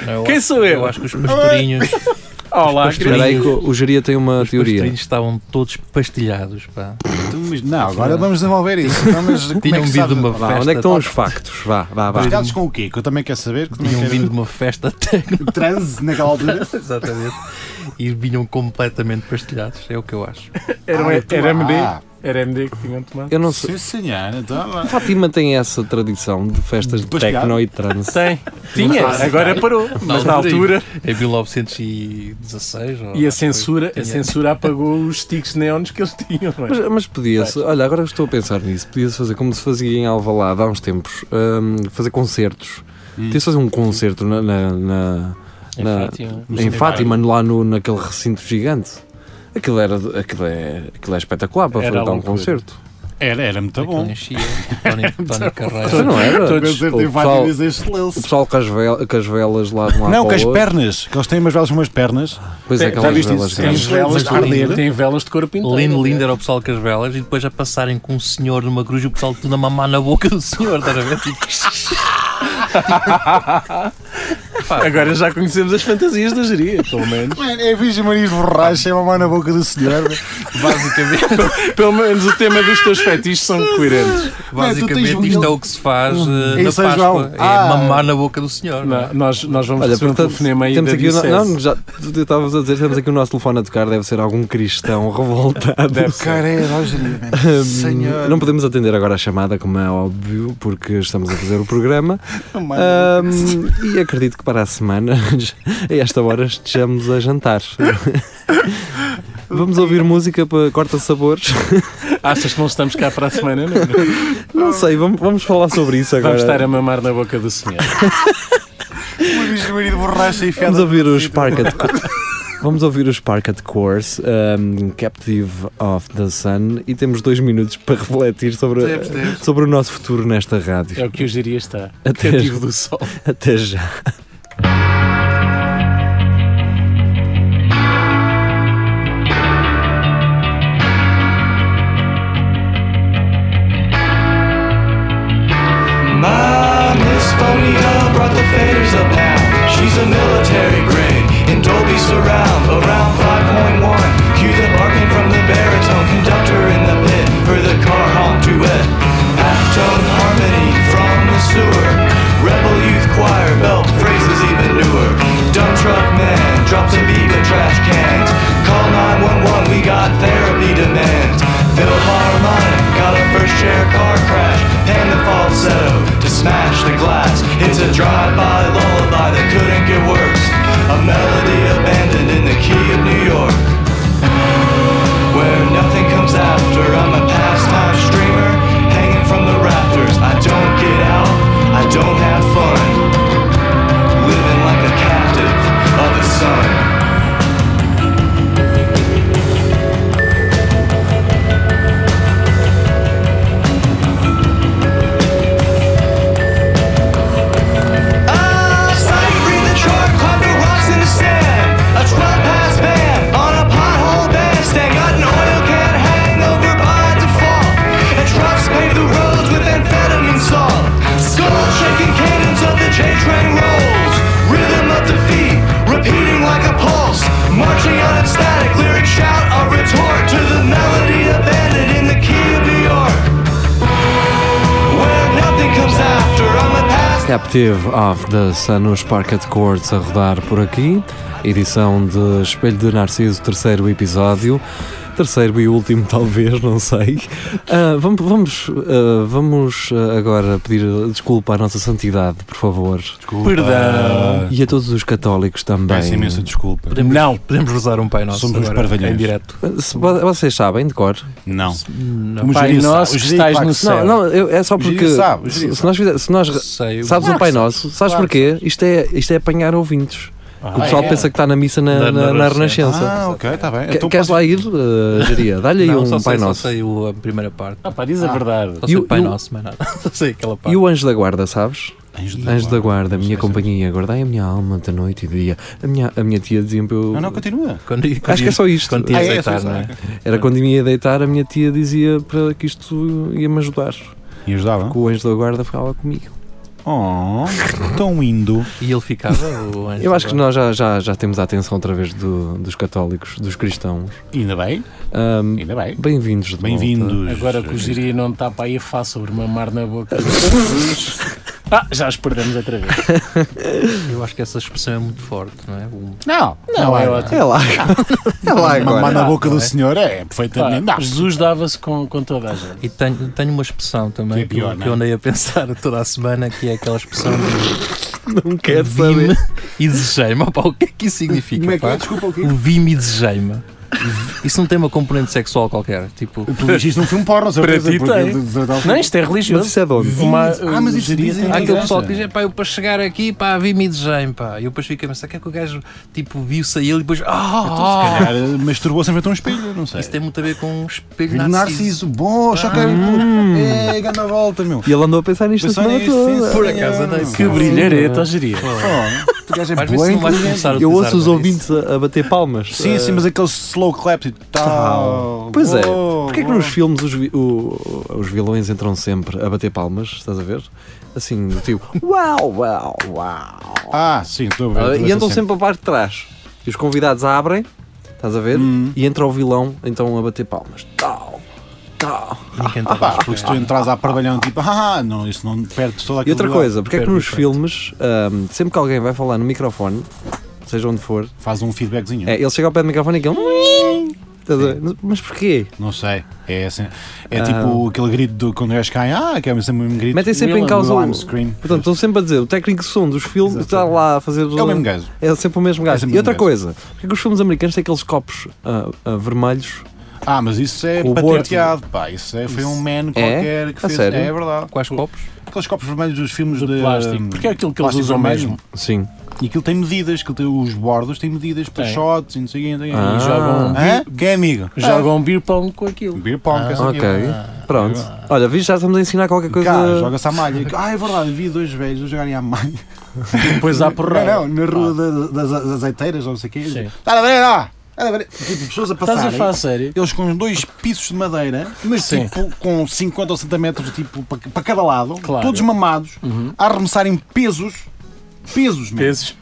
Eu
Quem
acho-
sou eu?
Eu acho que os pastorinhos,
Olá,
Espera aí que o o Geria tem uma
os
teoria.
pastorinhos estavam todos pastilhados. Pá.
Então, Não, agora vamos desenvolver isso. Vamos, como é que
Tinham
se
vindo
sabe-
de uma
Vá,
festa.
onde é que
tá?
estão os factos? Vá, vá, vá.
Pescados com o quê? Que eu também quero saber. é Que também
Tinham
quero...
vindo de uma festa até.
transe naquela altura.
Exatamente. E vinham completamente pastilhados. É o que eu acho.
Era, um-
Ah,
era MD.
ah.
Era MD que tinham tomado.
Eu não sei.
Sim, senhor. Então,
Fátima tem essa tradição de festas de
Depois
techno e trance.
Tem. Tinha.
faz,
Agora é
tem.
parou. Mas na altura.
Em 1916. ou-
E a censura, a
Tinha.
censura apagou os sticks neons que eles tinham. não é?
Mas, mas podia-se, olha, agora estou a pensar nisso, podia-se fazer como se fazia em Alvalade há uns tempos, hum, fazer concertos. Podia-se fazer um concerto na, na- na-
Em
na-
Fátima.
em Fátima, lá no, naquele recinto gigante. Aquilo, era, aquilo, é, aquilo é espetacular para
Era
fazer dar um
loucura.
concerto.
era, era muito
Aquilo
é bom.
enchia. é. Tony, Tony
Então
Carreira.
não era?
O
Todos,
concerto
o,
em
pessoal,
Fátima diz excelência.
o pessoal com as, vel- com as velas lá de um lado
Não, com
para
as
o outro.
pernas, que eles têm umas velas umas pernas.
Pois é,
Já
aquelas
viste
velas
isso?
Tem
grandes.
Sim.
velas,
velas de
de,
arder.
tem velas de cor pintada.
Lindo, lindo era o pessoal com as velas e depois a passarem com um senhor numa cruz e o pessoal tudo a mamar na boca do senhor, estás a ver? Tipo,
Agora já conhecemos as fantasias da geria, pelo menos.
Mano, é a Virgem Maria de borracha, é uma mão na boca do senhor. né?
basicamente,
Pelo menos o tema dos teus fetiches são coerentes.
Tipo, basicamente
tens
isto
um-
é o que se faz eh,
Em
na
São
Páscoa,
João.
é
Ah.
mamar na boca do senhor. não é?
Não, nós, nós vamos
Olha,
receber um
portanto,
telefonema aí
temos
da
aqui o, no-
diocese.
não, já tu estavas a dizer, temos aqui o nosso telefone a tocar, deve ser algum cristão revoltado.
Deve ser.
Cara, é erógeno,
Hum,
mano. Senhor.
Não podemos atender agora a chamada, como é óbvio, porque estamos a fazer o programa.
Mano,
Hum, e acredito que para a semana, a esta hora, estejamos a jantar. Vamos ouvir música para Corta Sabores?
Achas que não estamos cá para a semana? Não,
Não sei, vamos, vamos falar sobre isso agora.
Vamos estar a mamar na boca do senhor.
uma Virgem Maria de borracha e
Vamos
fiada.
ouvir os Parked Vamos ouvir os Parked Course, um, Captive of the Sun, e temos dois minutos para refletir sobre,
Temos, temos.
sobre o nosso futuro nesta rádio.
É o que o geria está.
Até-
Cativo do sol.
Até já.
My Miss Phony Young brought the faders up now. She's a military grade in Dolby surround, around 5.1. Cue the barking from the baritone conductor in the pit for the car honk duet. Halftone harmony from the sewer. Rebel youth choir belt phrases
teve Of the Sun nos Parket Courts a rodar por aqui. Edição de Espelho de Narciso, terceiro episódio. Terceiro e último, talvez, não sei. Ah, vamos vamos, ah, vamos ah, agora pedir desculpa à Nossa Santidade, por favor.
Desculpa.
Perdão.
E a todos os católicos também.
Peço imensa desculpa.
Podemos,
Não.
podemos rezar um Pai Nosso
Somos uns
agora,
parvalhões.
em direto.
Ah, Se vo- Vocês sabem de cor?
Não.
Não
O
Pai
Júlio sabe,
nosso
o
que
Júlio
estás
claro
no
que
Não,
céu.
não, eu- é só
O Giri
porque.
sabe, o Giri
se- se
sabe.
nós, fizer- se nós
sei.
Sabes
Claro
o Pai Nosso? Sabes
Claro
porquê? Isto é, isto é apanhar ouvintes. o pessoal
é?
pensa que está na missa na,
Na-
na,
na
na
Renascença.
Renascença.
Ah, ok, está bem.
Que-
Então
Queres
posso-
lá ir, eh, Jeria? Dá-lhe aí
Não,
um
só sei,
Pai
só
Nosso.
sei o- a primeira parte.
Ah, pá, diz a verdade.
Só
E
sei
o-
Pai
e o-
Nosso, mas nada. Só sei aquela parte.
E o Anjo da Guarda, sabes?
Anjo da
Anjo da
guarda.
Guarda, minha companhia, guardai a minha alma da noite e de dia. A minha, a minha tia dizia-me para eu.
Não, não, continua.
Quando- quando
Acho que é
ia-
só isto.
Quando tinha
Ah, é, é
aceitar,
só
não é?
Era quando me ia deitar, a minha tia dizia para que isto ia-me ajudar.
E ajudava?
Que o Anjo da Guarda ficava comigo.
Oh, tão indo.
E ele ficava, o anjo
Eu acho que
agora?
nós já, já, já temos a atenção outra vez do- dos católicos, dos cristãos.
Ainda bem,
Ahm,
ainda bem.
Bem-vindos de volta.
Bem-vindos.
Agora que o Jiria não tapa aí a face sobre mamar na boca. ah, já os perdemos outra vez.
Eu acho que essa expressão é muito forte, não é? O-
Não,
Não, é ótimo.
É lá. É lá
Mamar
agora.
na boca
Não
do
é?
senhor é
Pá,
perfeitamente dá.
Jesus dava-se com, com toda a gente.
E tenho, tenho uma expressão também
Que
que,
é pior,
eu,
não é?
que eu andei a pensar toda a semana, que é aquela expressão de
Não quero
vime e desejei-me. Opá, O que é que isso significa?
Como é que
pá?
é? Desculpa o quê?
O vime e desejei-me. Isso não tem uma componente sexual qualquer. Tipo,
Tu viste isto num filme porno, certeza.
ti
porque-
tem. Não, isto é
Mas
religioso.
isso é de onde?
Uma-
Ah, mas isto
o Jiria
dizem-
tem razão.
Ah,
há aquele
engraça.
pessoal que diz, "É pá, eu para chegar aqui, pá, vime e desejei-me, pá. E eu depois fico a pensar, que é que o gajo, tipo, viu-se a ele e depois,
Então,
ah, ah,
Calhar, masturbou-se em frente a um espelho, não sei.
isso tem muito a ver com um espelho
Filho de
narciso. Ah,
Narciso, bom, choquei. É, ganda volta, meu.
E ele andou a pensar nisto a
Pensou
semana
nisto, sim,
toda.
sim.
Por acaso andei.
Que brilhareta, ó Jiria.
Oh, tu gajo é
Às vezes
bué
não vais
inteligente.
começar a
Eu
utilizar
ouço os
isso.
ouvintes a, a bater palmas.
Sim,
Ah,
sim, mas aquele slow clap e tal.
Pois é,
Uou,
porque é que
uou.
nos filmes os, vi- o- os vilões entram sempre a bater palmas, estás a ver? Assim, do tipo, uau, uau, uau.
Ah, sim, estou a ver.
Ah,
estou a ver,
E
estou
andam sempre a parte de trás. E os convidados abrem, estás a ver?
Hum.
E entra o vilão então a bater palmas. Tal, tal.
Ninguém
Ah,
estava
pá,
a
porque se tu entras à parvalhão tipo, ah, não, isso não perde toda
E
aquela.
outra coisa, porque é que
Perde
nos
diferente.
filmes, ahm, sempre que alguém vai falar no microfone, seja onde for,
Faz um feedbackzinho.
é, ele chega ao pé do microfone e aquele. Estás a ver? Mas porquê?
Não sei. É, assim, é tipo aquele grito do, quando o gajo cai, ah, que é sempre o mesmo grito.
Ah. Metem sempre
Milan
em causa
Milan
o.
Scream.
Portanto, estão sempre a dizer, o técnico de som dos filmes está lá a fazer.
É o mesmo gajo.
É sempre o mesmo
É
gajo.
sempre
e
o
outra
mesmo
coisa, porque é que os filmes americanos têm aqueles copos ah, ah, vermelhos?
Ah, mas isso é
Com o Borto.
patenteado, pá. Isso é, foi um man qualquer que
A
fez.
sério?
É, verdade.
Quais copos?
Aqueles copos vermelhos dos filmes de.
De plástico.
hum,
Porque é aquilo que eles
plástico
usam
vermelho.
mesmo.
Sim.
E aquilo tem medidas, aquilo tem, os bordos têm medidas para
Tem.
shots e não sei o quê, não sei o quê.
Ah.
E jogam,
Hã? Quem é amigo?
jogam beer pong é com
Ah,
aquilo.
Beer pong, essa
Ok.
aqui.
Pronto. Olha, vi já estamos a ensinar qualquer coisa.
Cá, joga-se à malha. Ah, é verdade, vi dois velhos a jogarem à malha.
Depois há porrada.
Não, não, na rua da- das, das azeiteiras, não sei o quê.
Sim.
Está a ver, lá! Está a ver. Tipo, pessoas a
Estás
passarem.
a falar a sério?
Eles com dois pisos de madeira, mas
Sim.
tipo com 50 ou 60 metros tipo, para, para cada lado,
Claro.
todos mamados, a arremessarem pesos, Uhum. pesos mesmo.
Pesos.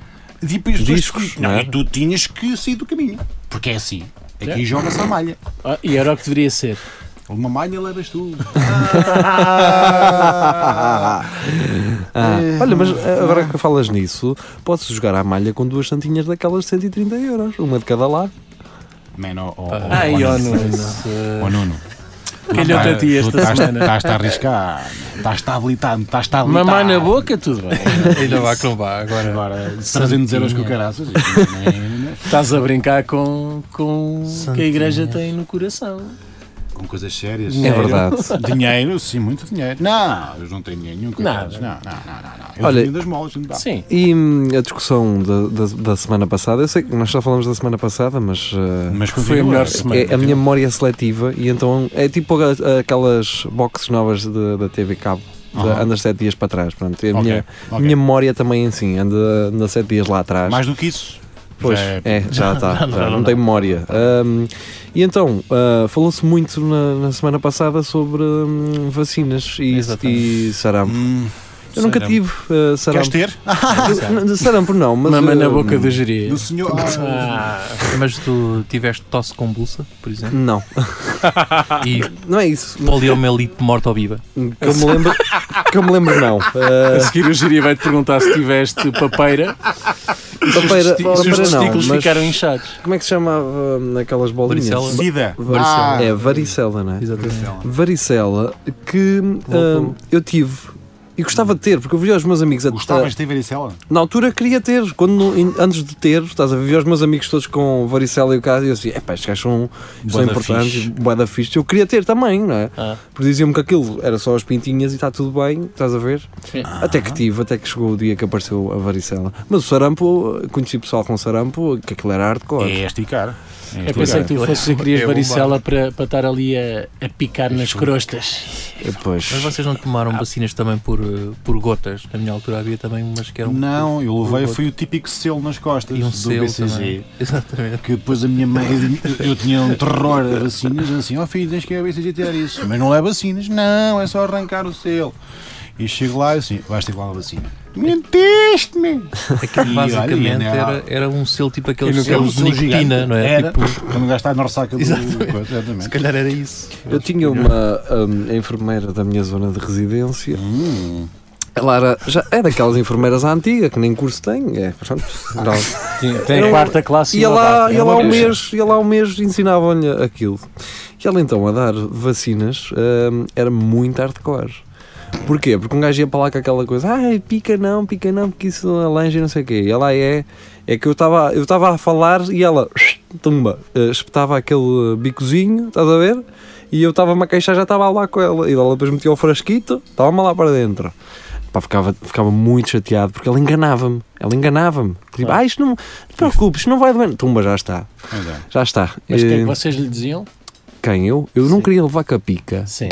Tipo, e as pessoas-
Discos,
não,
não é?
e tu tinhas que sair do caminho, porque é assim. Aqui joga-se à malha.
Ah, e era o que deveria ser.
Uma malha levas tu.
Ah, Olha, mas ah, agora que falas nisso, posso jogar à malha com duas santinhas daquelas de 130 euros, uma de cada lado.
Man, oh, ou, ou,
Ai, ó Nuno.
Ó Oh, Nuno.
Calhou-te a ti esta semana.
Estás-te a arriscar, estás-te a habilitar, estás-te a habilitar.
Mamar na boca, tudo bem.
Ainda vá que não vá. Agora,
Agora, 300 euros com caraças. isto não é- não é-
Estás a brincar com, com o que a igreja tem no coração.
Com coisas sérias.
É verdade.
Dinheiro, sim, muito dinheiro. Não, eu não tenho dinheiro nenhum. coitados.
Nada.
Não, não, não, não. não. Eu
Olha-
tenho das molas, não dá.
Sim.
E hum, a discussão da, da- da semana passada, eu sei que nós já falamos da semana passada, mas. ah,
Mas
Foi a
continua.
melhor semana.
É, a minha memória é seletiva e então é tipo a- aquelas boxes novas de- da TV Cabo. de-
Aham.
Anda 7 dias para trás, pronto. E A
Ok,
minha,
ok.
minha memória também é assim, anda, anda 7 dias lá atrás.
É, Mais do que isso.
pois,
já
é,
é-
já está, já, não, tem memória. Ahm, e então, ah, falou-se muito na, na semana passada sobre hum, vacinas e,
Exatamente.
e sarampo.
Hum,
Eu nunca
sarampo.
tive ah,
Queres
sarampo.
ter? Ah,
Eu- não, sarampo não, mas.
Mamar na
ah,
boca eh, do geria.
do senhor. Ah,
Ah,
mas tu tiveste tosse convulsa, por exemplo,
Não,
e
Ah.
não é isso.
poliomielite morta ou viva.
Que eu me lembro. que eu me lembro, não.
A
Uh,
seguir o Jiria vai-te perguntar se tiveste papeira
papeira,
e se os
papeira não,
testículos
mas
ficaram inchados.
Como é que se chamava hum, aquelas bolinhas?
Varicela.
Sida.
Varicela.
Ah,
É, varicela, não é?
Exatamente.
Varicela, que hum,
Voltou.
eu tive. E gostava de ter, porque eu via os meus amigos a, a,
Gostavas de ter varicela?
Na altura queria ter, quando, não- in- antes de ter, estás a viver os meus amigos todos com varicela e o caso, e eu assim, epá, estes gajos são, são
Bué da
importantes,
fixe."
bué da fixe, eu queria ter também, não é?
Ah.
Porque diziam-me que aquilo era só as pintinhas e está tudo bem, estás a ver?
Sim.
Até que tive, até que chegou o dia que apareceu a varicela. Mas o sarampo, conheci pessoal com sarampo, que aquilo era hardcore.
É esticar.
Eu pensei que tu fosses a querias
É bombar.
varicela para, para estar ali a, a picar nas crostas.
E Depois,
Mas vocês não tomaram vacinas também por, eh, por gotas? Na minha altura havia também umas que eram.
Não, eu levei,
por
foi o típico selo nas costas
E um
do
selo
BCG.
também. Exatamente.
Que depois a minha mãe, eu tinha um terror a vacinas, assim, ó filho, tens que ir ao BCG tirar isso. Mas não é vacinas, não, é só arrancar o selo. E chego lá e assim, vais ter lá uma vacina. Mentiste-me!
Aquilo
E
É basicamente
olha, ainda há-
era, era um selo tipo
Eu
aquele
nunca
selo
vi um
de
selo
nicotina,
gigante.
não é?
Era,
Tipo,
quando gastaste na ressaca do...
Exatamente.
coisa,
se
Exatamente.
calhar era isso.
eu tinha uma hum, enfermeira da minha zona de residência,
Hum.
ela era, já, é daquelas enfermeiras à antiga, que nem curso tem, é, pronto, não,
Tem
Era um-
quarta classe e
Ia lá,
é uma
ia lá
data.
um mês, ia lá um mês ensinavam-lhe aquilo. E ela então a dar vacinas hum, era muito hardcore. Porquê? Porque um gajo ia para lá com aquela coisa, ai, pica não, pica não, porque isso alange e não sei o quê. E ela é, é que eu estava eu estava a falar e ela, tumba, eh, espetava aquele bicozinho, estás a ver? E eu estava-me a queixar, já estava lá com ela. E ela depois metia o frasquito, estava-me lá para dentro. Pá, ficava, ficava muito chateado porque ela enganava-me. Ela enganava-me. Tipo, ah, isto não, não te preocupes, isto não vai doer. Tumba, já está.
Pois é.
Já está.
Mas o que é
Eh,
que vocês lhe diziam?
Quem? Eu? Eu não queria levar com a pica.
Sim.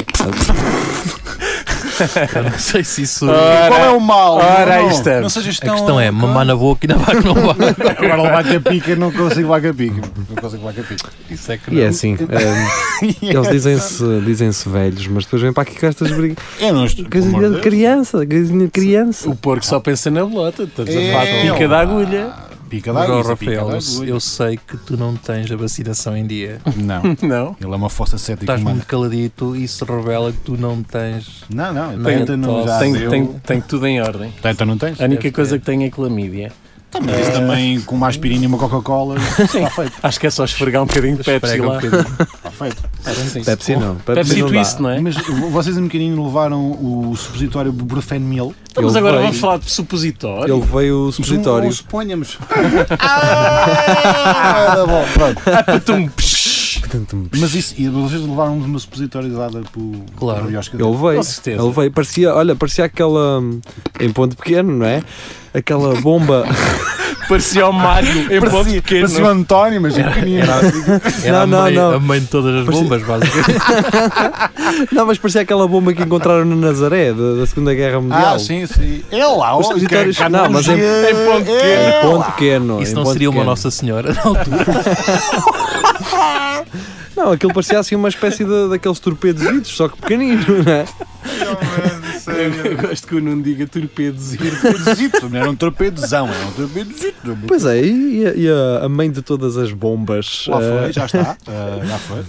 Eu não sei se isso.
Qual é o mal?
ora,
Não,
aí
não,
estamos.
Não sejas
A
tão-
questão é, mamar na boca e na vaca não vai.
Agora levar com a pica, não consigo levar com a pica. Não consigo levar com a pica.
Isso é que
E é assim. eh, eles dizem-se dizem velhos, mas depois vêm para aqui com estas brigas.
Eu não estou...
Casinha de criança, casinha de criança.
O porco só pensa na bolota. Estamos a
É,
falar de pica
lá.
da agulha.
Pica da
Mas, ó,
agulha, é pica
Rafael,
da
eu,
agulha.
eu sei que tu não tens a vacinação em dia.
Não,
Não.
ele é uma fossa cética
Estás
humana.
muito caladito e isso revela que tu não tens.
Não, não, eu
Tem-
tenta não já
Tem,
deu.
tem, tem tudo em ordem.
Tenta não tens?
A única
Deve
coisa
ter.
que tem é clamídia.
Também, mas isso também com uma aspirina e uma Coca-Cola está feito.
Acho que é só esfregar um bocadinho de Pepsi
Esfrega um
lá.
bocadinho.
Está feito.
Pepsi não.
Pepsi
não
Twist,
dá.
não é?
Mas vocês um bocadinho levaram o supositório Brufenmil?
Então, Mas
Ele
agora
veio-
vamos falar de supositório.
Ele veio
é um
o supositório.
Suponhamos. Ah, tá bom, pronto.
Patum.
Mas isso, e vocês levaram uma supositoriedade por
Claro.
Ele veio,
Com certeza.
ele veio, parecia, olha, parecia aquela hum, em ponto pequeno, não é? Aquela bomba.
Parecia o Mário em ponto
Parecia,
pequeno.
parecia o António, mas é pequenino.
Era
Não,
É a,
não,
mãe,
não. é.
a mãe de todas as
Parecia-
bombas, basicamente.
Não, mas parecia aquela bomba que encontraram na Nazaré da, da Segunda Guerra Mundial.
Ah, sim, sim. É lá,
Os
ó,
territórios-
que- que-
não, mas é-
é-
em ponto pequeno.
Em ponto pequeno.
Isso
em
não
ponto
seria uma
pequeno.
Nossa Senhora na altura.
Não, aquilo parecia assim uma espécie de, daqueles torpedos, só que pequenino, não é?
Eu gosto que o Nuno diga torpedos.
Torpedozito, não era um torpedozão, era um torpedozito.
Pois é, e, e a- e a, a mãe de todas as bombas.
Lá foi,
eh,
já está. Ah, já foi.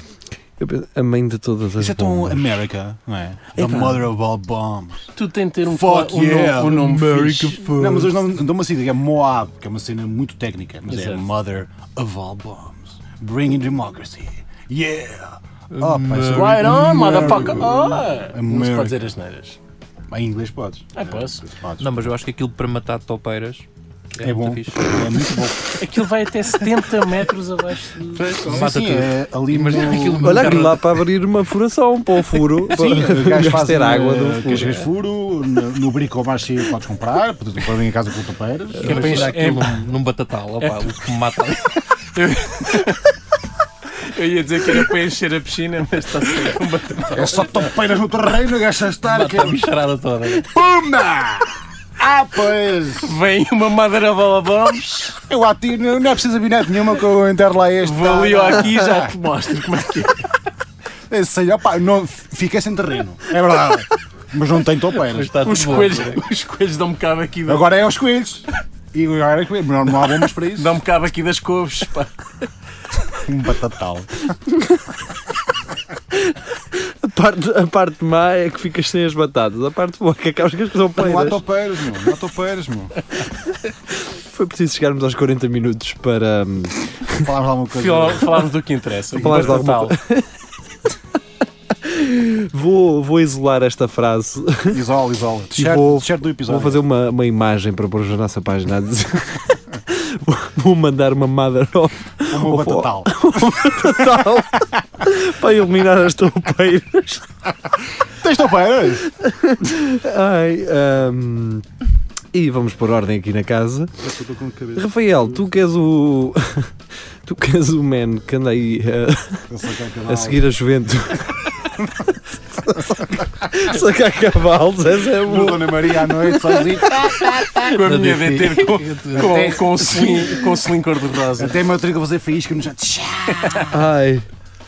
eu penso- a mãe de todas as
Isso é tão
bombas.
America, não é? The mother of all bombs.
Tu tem de ter um,
Fuck
um,
yeah,
nome, um nome
America
fixe.
Não, mas hoje não dou uma cena, é Moab, que é uma cena muito técnica, mas é
Exato.
mother of all bombs. Bringing democracy. Yeah! Oh, pá, isso
Right on, motherfucker. Oh. Não se
America.
pode dizer as neiras.
Ah. Em inglês podes.
Ah, posso.
Podes.
Não, mas eu acho que aquilo para matar topeiras é,
é bom.
muito fixe.
É muito bom.
Aquilo vai até 70 metros abaixo do...
Sim,
Mata
sim,
tudo.
é ali
Imagina
no...
aquilo numa
Olha que
carne-
lá para abrir uma furação para o furo.
Sim,
para
o gajo faz
ter
na-
água do
que as
furo.
vezes furo, no, no brico mais cheio podes comprar, podes comprar em casa com topeiras.
Eu
É
vou tirar
para-
aquilo num- num batatal,
É.
opá, o que me mata ali. é
Eu ia dizer que era para encher a piscina, mas está certo.
É só topeiras no terreno, o gajo a estar aqui.
mata a bicharada toda. né?
É.
Pumba! Ah, pois!
Vem uma madeira bola bombs,
Eu atiro, não não é preciso abinete nenhuma que eu entero lá este.
vou ali ou aqui e já te mostro como é que é.
Eu É, Sei, opá, não, fiquei sem terreno. É verdade. Mas não tem
Mas
topeiras.
está
Os
tudo bom.
coelhos, os coelhos dão-me cabo aqui, da-
Agora é aos coelhos. E agora é coelho. Não, não há bombas para isso.
dão-me cabo um aqui das couves. pá.
Um batatal.
parte, a parte má é que ficas sem as batatas. A parte boa é que acabas que as são
Não há
peiras.
topeiros, meu. Não há topeiros, meu.
Foi preciso chegarmos aos 40 minutos para. hum,
Falámos lá alguma coisa.
Fal- Falámos do que interessa. o
Falámos de
Barco
alguma
Natal.
vou, vou isolar esta frase.
Isola, isola. T-shirt
vou-
t-shirt do episódio.
Vou fazer uma, uma imagem para pôr na nossa página. a dizer- Vou- Vou mandar uma mother of
uma batatal.
Natal para iluminar as toupeiras.
Tens topeiros?
Ai, hum, e vamos pôr ordem aqui na casa.
Estou com cabeça.
Rafael, tu que és o. Tu que és o man que anda aí a, a seguir a Juventus. Sacar cavalos, essa é
No
boa.
Dona Maria à noite, sozinho.
Com a minha
DT.
DT com,
Até-
com, com, o selim- com o selim cor-de-rosa.
Até o meu trigo a fazer faísca no chão.
Ai,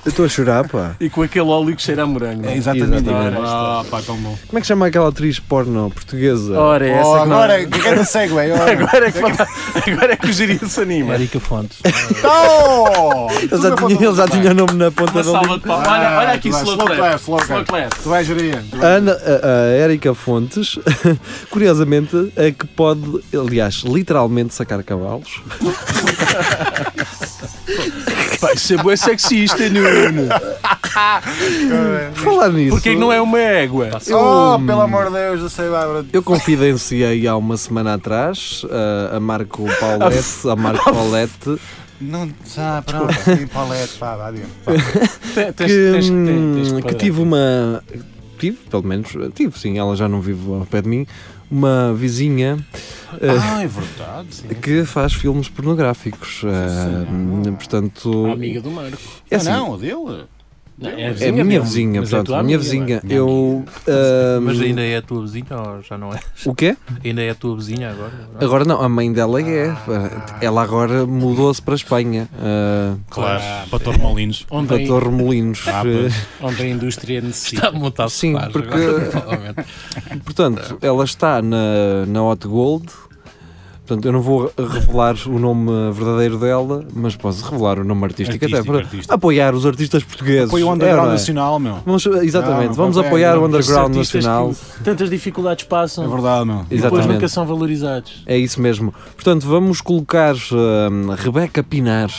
eu estou a chorar, pá.
E com aquele óleo que cheira a morango.
É exatamente
Exatamente.
igual. Ah, pá, tão bom.
Como é que chama aquela atriz porno portuguesa?
Ora, é
Oh,
essa que não-
agora, que era segue, Agora.
Agora é que, falta- agora é que o girinho se anima.
Érica Fontes.
Então!
Ele já, tinha, ele já tinha o nome na ponta da
Uma
língua.
salva de palmas. Olha, olha aqui, slow clap.
Ah, slow
Slow clap.
Tu vais gerir.
A Ana- a- a Érica Fontes, curiosamente, é que pode, aliás, literalmente sacar cavalos.
Vai ser bué sexista, Nuno.
Por falar nisso,
Porquê que não é uma égua?
Oh, pelo amor de Deus, eu sei lá. bro.
eu confidenciei há uma semana atrás ah, a Marco Paulette, a Marco Paulette
Não, tá, pronto. Sim, palete, pá, vá, adiante.
Tens-
que,
tens- tens- tens
hum, que
parar.
tive uma. Tive, pelo menos, tive, sim, ela já não vive ao pé de mim, uma vizinha ah,
Ah, é verdade. sim.
que faz filmes pornográficos. ah, hum, portanto,
A Ah, amiga do Marco.
é assim,
ah, Não, o dele.
Não,
É a minha vizinha, portanto, a minha
é?
vizinha. Eu. ahm,
Mas ainda é a tua vizinha ou já não é?
O quê?
Ainda é a tua vizinha agora? não é?
Agora não, a mãe dela é. Ela agora mudou-se para a Espanha, ah,
Claro, para Tormolinos.
para Eh,
Onde,
Torremolinos.
Ah, pois.
a indústria necessita.
Está a montar
Sim,
sofás
porque-
agora, provavelmente.
Portanto, ela está na, na Hot Gold. Portanto, eu não vou revelar o nome verdadeiro dela, mas posso revelar o nome artístico, até
Artístico,
para
artístico.
apoiar os artistas portugueses.
Foi o
É,
underground
não é?
nacional, meu.
Vamos, exatamente,
Não,
vamos
apoia
apoiar o
os
underground
artistas
nacional.
que Tantas dificuldades passam,
É verdade, meu.
depois nunca
Exatamente.
são valorizados.
É isso mesmo. Portanto, vamos colocar hum, Rebeca Pinar,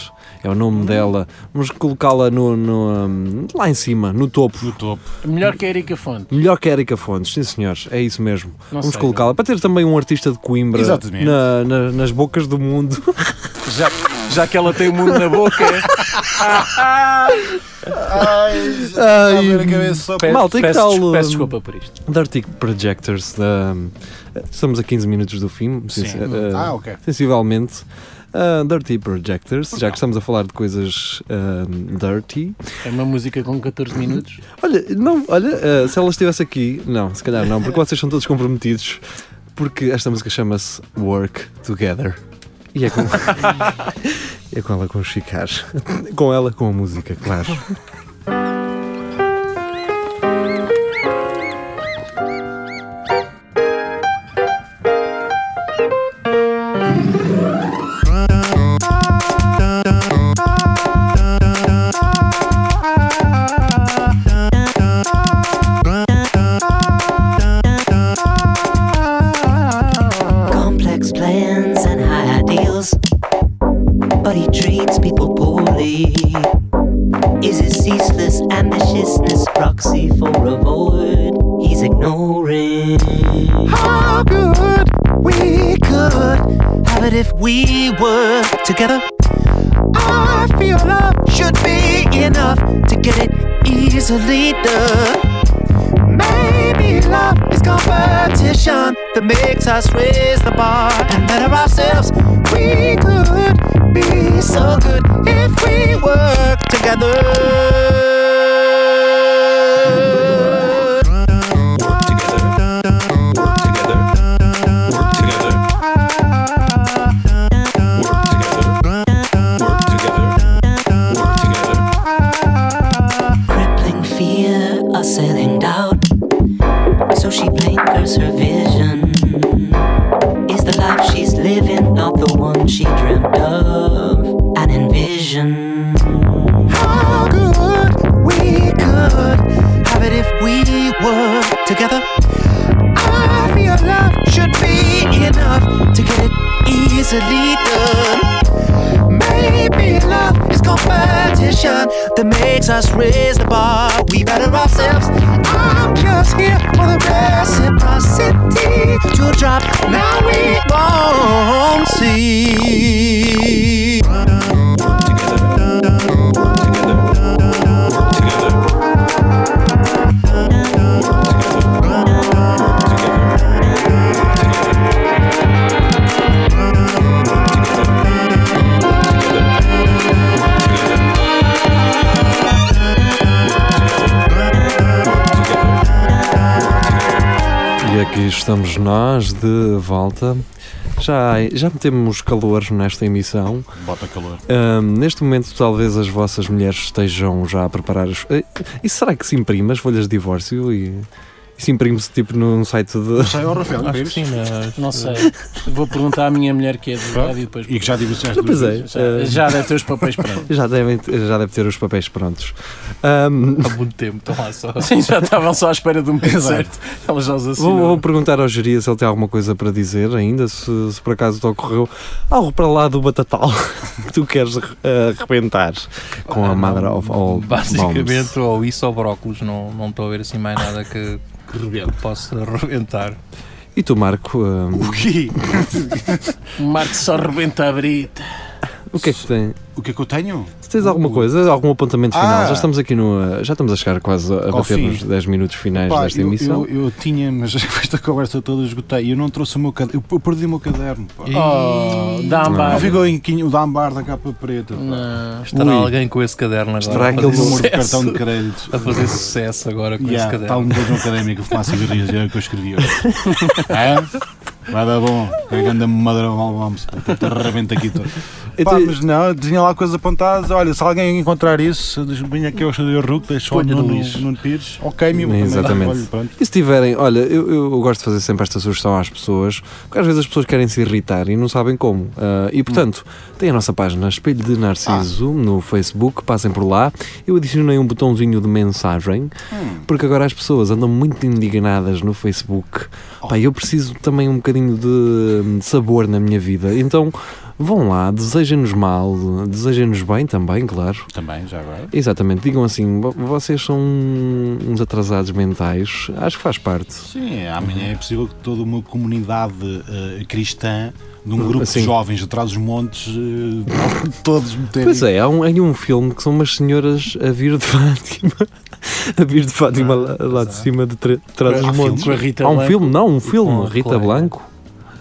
é o
Hum.
nome dela. Vamos colocá-la no, no, hum, lá em cima, no topo.
No topo.
Melhor que a Erika Fonte.
Melhor que Érica Fontes, sim senhores, é isso mesmo.
Não
Vamos
sei,
colocá-la para ter também um artista de Coimbra
Exatamente.
na- na- nas bocas do mundo.
Já, já que ela tem o mundo na boca, é,
Ai,
Ai,
está a ver a cabeça só.
pe-
Malta, e que
peço,
tal,
des-
hum,
peço desculpa por isto.
Dartic Projectors, da- estamos a 15 minutos do fim,
Sim.
sincer- eh,
Ah, ok.
sensivelmente. Ah, dirty Projectors, já que estamos a falar de coisas ah, dirty.
É uma música com 14 minutos.
Olha, não, olha, eh, se ela estivesse aqui, não, se calhar não, porque vocês são todos comprometidos, porque esta música chama-se Work Together. E é com, e é com ela com o Chicar. Com ela, com a música, claro.
complex plans and high ideals. But he treats people poorly. Is his ceaseless ambitiousness proxy for a void he's ignoring? How good we could have it if we were together. I feel love should be enough to get it easily done. Maybe love is competition that makes us raise the bar and better ourselves. We could be so good if we work together.
Work together. Work together. Work together. Work together. Work together. Work together.
Crippling fear, assailling doubt. So she blinkers her vision. Is the life she's living not the one she dreamt of and envisioned? How good we could have it if if we were together. I feel love should be enough to get it easily done. Maybe love is competition that makes us raise the bar. We better ourselves. I'm just here for the reciprocity to drop. Now we won't see.
E aqui estamos nós de volta. Já, já metemos calores nesta emissão.
Bota calor.
Ahm, neste momento, talvez as vossas mulheres estejam já a preparar. Os... Eh, E será que se imprime as folhas de divórcio? E, e se imprime-se tipo num site de.
Sai ao Rafael, não
Acho que
vires?
sim, mas-
Não sei. Vou perguntar à minha mulher que é advogada e depois.
E que já divorciaste duas
Pois é,
vezes.
eh,
Já deve ter os papéis prontos.
já, devem, já deve ter os papéis prontos. Ahm,
Há muito tempo, estão lá só.
Sim, já estavam só à espera do momento
Exato.
certo. Ela já os
Vou, vou
assinou.
perguntar ao Jeria se ele tem alguma coisa para dizer ainda, se, se por acaso te ocorreu algo para lá do Batatal que tu queres eh, arrebentar com
Ah,
a Mother of All
Basicamente,
Bombs.
ou isso ou brócolos, não não estou a ver assim mais nada que, que possa reventar.
E tu, Marco, eh,
O quê?
O Marco só rebenta a brita.
o que é que tu tens?
O que é que eu tenho?
Tu tens alguma coisa, algum apontamento final?
Ah.
Já estamos aqui no. eh, Já estamos a chegar quase a
Ao
bater
fim.
nos 10 minutos finais
Pá,
desta
eu,
emissão.
Eu, eu tinha, mas com esta conversa toda esgotei. Eu não trouxe o meu caderno. Eu perdi o meu caderno. Pá.
Oh, dá um
Não
bar.
ficou em quinho- o da ambar da capa preta. pá.
Não.
Estará alguém com esse caderno agora
Estará
a
aquele
fazer
Aquele
Sucesso.
número de cartão
sucesso-
de crédito.
a fazer sucesso agora com esse
Yeah, está
caderno.
um beijo académico que fumaça cigarrinhos, é o que eu escrevi hoje. é? Vai dar bom. Pegando a madeira vamos te arrebenta aqui todo. Pá,
Então-
mas não, eu tinha lá coisas apontadas. Olha, se alguém encontrar isso, diz- vinha aqui ao Estúdio Ruc, deixou o
Ponha no
Nuno,
lixo.
Nuno Pires. Ok, meu também.
Exatamente.
Olha, pronto.
E se tiverem, olha, eu, eu gosto de fazer sempre esta sugestão às pessoas, porque às vezes as pessoas querem se irritar e não sabem como. Ah, e portanto, tem a nossa página Espelho de Narciso no Facebook, passem por lá. Eu adicionei um botãozinho de mensagem, porque agora as pessoas andam muito indignadas no Facebook. Pá, eu preciso também um bocadinho de, de sabor na minha vida. Então vão lá, desejem-nos mal, desejem-nos bem também, claro.
Também, já agora.
Exatamente, digam assim, "Vo- vocês são uns atrasados mentais, acho que faz parte.
Sim, amanhã é possível que toda uma comunidade eh, cristã, de um grupo
Assim.
de jovens de trás os montes, eh, todos meterem.
Pois é, há um, há aí um filme que são umas senhoras a vir de Fátima, a vir de Fátima lá, lá de cima de, tra- de trás dos
Há
montes.
Com a Rita
Há um
Blanco.
filme, não, um filme,
Com a
Rita
colega.
Blanco.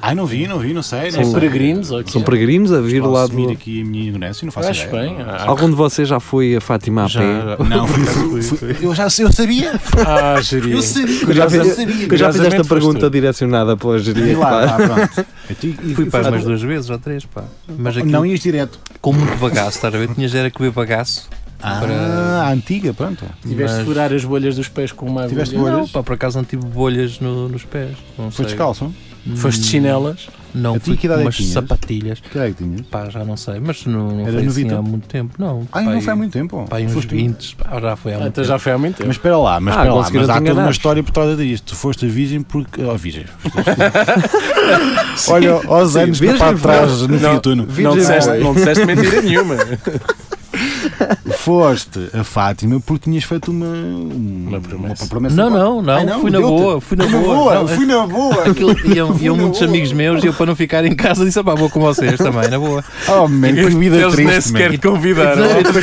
Ai, não vi, não vi, não sei.
São
não sei.
É peregrinos ou quê?
São peregrinos a vir
Posso
lá
assumir
de.
aqui a minha ignorância, não faço
Acho
ideia.
bem. Ah,
Algum de vocês já foi a Fátima a pé?
Não, fui- fui- eu já eu sabia.
ah geria.
Eu sabia.
Eu já fiz, eu
eu sabia.
já fiz esta
Curiosamente,
pergunta
foste tu.
direcionada pela
E
geria.
lá,
pá.
lá, pronto. Eu ti- e
Fui para
fui-
mais duas vezes ou três, pá. Mas aqui
Não ias direto.
com muito bagaço, estás a ver? Tinhas era que ver bagaço.
Ah, a antiga, pronto.
Tiveste de
mas-
furar as bolhas dos pés com uma
Tiveste
agulha.
Não,
bolhas?
pá, por acaso não tive bolhas no- nos pés. Não
Foi
sei.
descalço?
Não, Foste de chinelas.
Não,
Eu
fui
tinha que
com
idade é que
umas
tinhas?
sapatilhas.
Que é que tinhas?
Pá, já não sei, mas não, não
Era
foi assim
novito?
há muito tempo. Não,
Ai,
pá,
não
aí-
foi há muito tempo. Ah,
Pá, aí uns
Foste tu?
20, pá, já foi há muito
Então
tempo.
já foi há muito tempo.
Mas espera lá, mas
Ah,
espera lá.
conseguiram
Mas há
te
toda uma
enganar.
história por trás disto. Tu foste a virgem porque. Oh, virgem. Olha, aos anos
virgem,
virgem, para trás no
Não,
Fiatuno.
Não
Virgem
disseste,
Maria.
não disseste mentira nenhuma.
Foste a Fátima porque tinhas feito uma. Uma promessa.
Não, não, não,
Ai,
fui na
deu-te.
boa, fui na
Fui na
boa.
boa,
Não,
fui na boa.
Aquilo, iam iam
na
muitos
boa.
amigos meus e eu, para não ficar em casa, disse: "Ah, pá, vou com vocês também, na boa.
Oh, man, que vida
Eles nem
triste,
sequer
man.
te convidaram.
Eu também-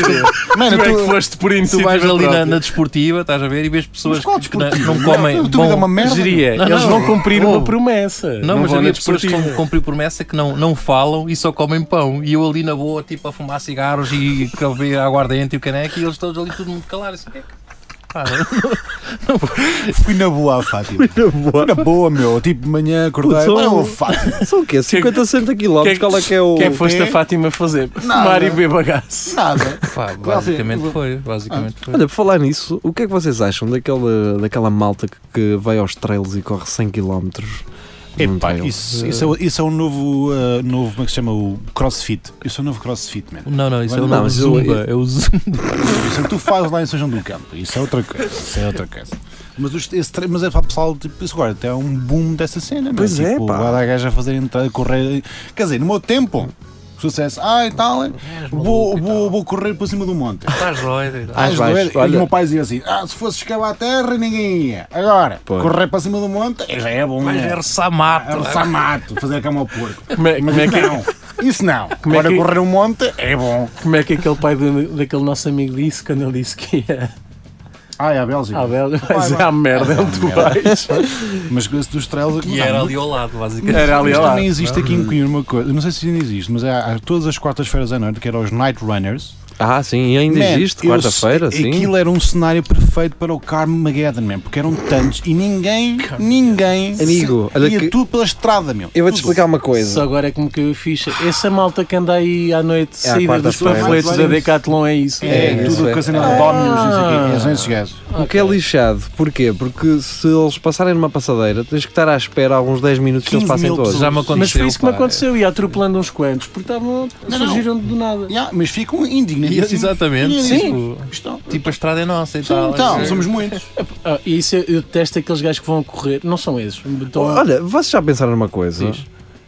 Mano,
Tu é que
tu-
foste por
tu
iniciativa
vais ali na,
própria.
na desportiva, estás a ver, e vês pessoas
Mas qual
que na-
desportiva?
não comem.
Tu- tu vida é uma merda.
Geria,
Não,
eles
não.
vão cumprir
Oh.
uma promessa.
Não, mas
vão
havia
na
pessoas que
desportiva.
cum- cumpriu promessa que não, não falam e só comem pão. E eu ali na boa, tipo, a fumar cigarros e a beber aguardente e o caneco, e eles todos ali tudo muito calados. Assim, "É que- pá,
Fui na boa à Fátima. Fui na boa, meu. Tipo, de manhã acordei.
Putz,
Olha,
oh.
um
o Fátima.
São o quê? 50, 60
O que é
quilómetros?
que-
Qual é que é o.
O que é que foste
quê?
a Fátima fazer? Fumar e beber bagaço.
Nada.
pá, basicamente foi. Basicamente foi.
Olha, por falar nisso, o que é que vocês acham daquela, daquela malta que, que vai aos trails e corre 100 km? num
Epá,
trail?
isso, isso, é, o- isso é um novo, ah, novo. Como é que se chama? O crossfit. Isso é um novo crossfit, man.
Não, não, isso é o
Não,
não,
mas eu-
Zumba. É o Zumba.
Isso é o que tu fazes lá em São João do Campo. Isso é outra coisa. Isso é outra coisa. Mas, os, esse, tre- mas é para o pessoal, tipo, isso agora até é um boom dessa cena, não
Pois é,
tipo,
pá.
agora há gajo a fazer entrada, correr. Quer dizer, no meu tempo, sucesso, ah e tal, vou, vou, vou correr para cima do monte.
Estás doido.
Vais
vais,
ver? E
olha.
o meu pai dizia assim: ah, se fosse escalar a terra, ninguém ia. Agora,
Pois.
correr para cima do monte eh, já é bom.
Vais
né?
ver Samato.
É roçar mato, fazer cama ao porco.
Como é, como é
Mas
que,
não, isso não.
Como é
Agora
que-
correr um monte é bom.
como é que aquele pai do- daquele nosso amigo disse quando ele disse que ia
Ah, é a Bélgica.
à Bélgica? Mas
vai.
é a merda onde tu vais.
Mas esse dos trails
E era ali ao lado, basicamente.
Era ali
Mas
ao lado.
também existe aqui em Coimbra uma coisa, não sei se ainda existe, mas há, há todas as quartas-feiras à noite, que eram os Night Runners.
Ah, sim, e ainda
Man,
existe,
eu-
quarta-feira, sim.
Aquilo era um cenário perfeito para o Carmageddon, man, porque eram tantos e ninguém, ninguém,
Amigo,
se,
olha
ia
que-
tudo pela estrada, meu.
Eu vou-te
é Tudo.
explicar uma
Só
coisa.
agora é que me caiu a ficha. Essa malta que anda aí à noite,
É à
saída dos
quarta-feira.
panfletos da Decathlon, é isso?
É,
É, isso
tudo
é.
com a cena de Dominus, não sei o quê, é só esses gajos.
O que é lixado, porquê? Porque se eles passarem numa passadeira, tens que estar à espera alguns 10 minutos que eles
15
passem
mil
todos.
Já me aconteceu.
Mas foi isso que me
pá. é.
aconteceu, ia atropelando uns quantos, porque estavam,
não.
surgiram do nada.
Yeah, mas um ficam
E-
indignadíssimos.
Exatamente.
Indignadíssimos.
Tipo,
Estão.
tipo, a estrada é nossa e tal.
um- Então, somos muitos.
Ah, e isso eu, eu detesto aqueles gajos que vão correr, não são esses. Então,
Olha, vocês já pensaram numa coisa?
Diz.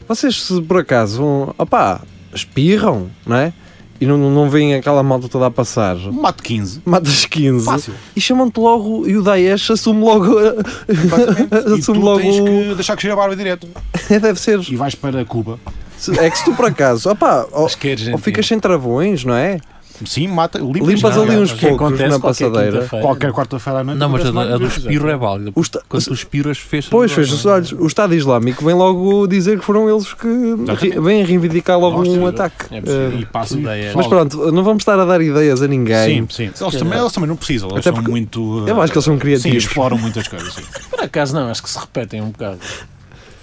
Vocês, se por acaso vão, opá, espirram, não é? E não, não veem aquela malta toda a passar.
Um Mato 15.
Matas 15
Fácil.
e chamam-te logo e o Daesh assume logo.
E tu
assume logo.
tens que deixar que chegue a barba direto.
É, Deve ser.
E vais para Cuba.
Se- É que se tu por acaso, opá, ou,
Acho que é
ou
argentino.
ficas sem travões, não é?
Sim, mata, limpas,
Limpas
não,
ali
não.
uns
que
poucos
acontece
na
qualquer
passadeira.
quinta-feira.
Qualquer quarta-feira à noite.
Não, mas a,
acontece
do- a
mais
do
vezes.
espirro é válida.
Os ta-
Quando tu espiras, fecha.
Pois, fecha os olhos. O Estado Islâmico vem logo dizer que foram eles que
Exatamente.
re- vêm reivindicar logo
Mostra,
um
é
ataque.
E
Ah,
passa
Tudo é-
mas pronto, não vamos estar a dar ideias a ninguém.
Sim, sim. Eles também, eles também não precisam. Eles
Até
são
porque-
muito. eh,
Eu acho que eles são
sim,
criativos.
exploram muitas coisas. Sim.
por acaso não, acho que se repetem um bocado.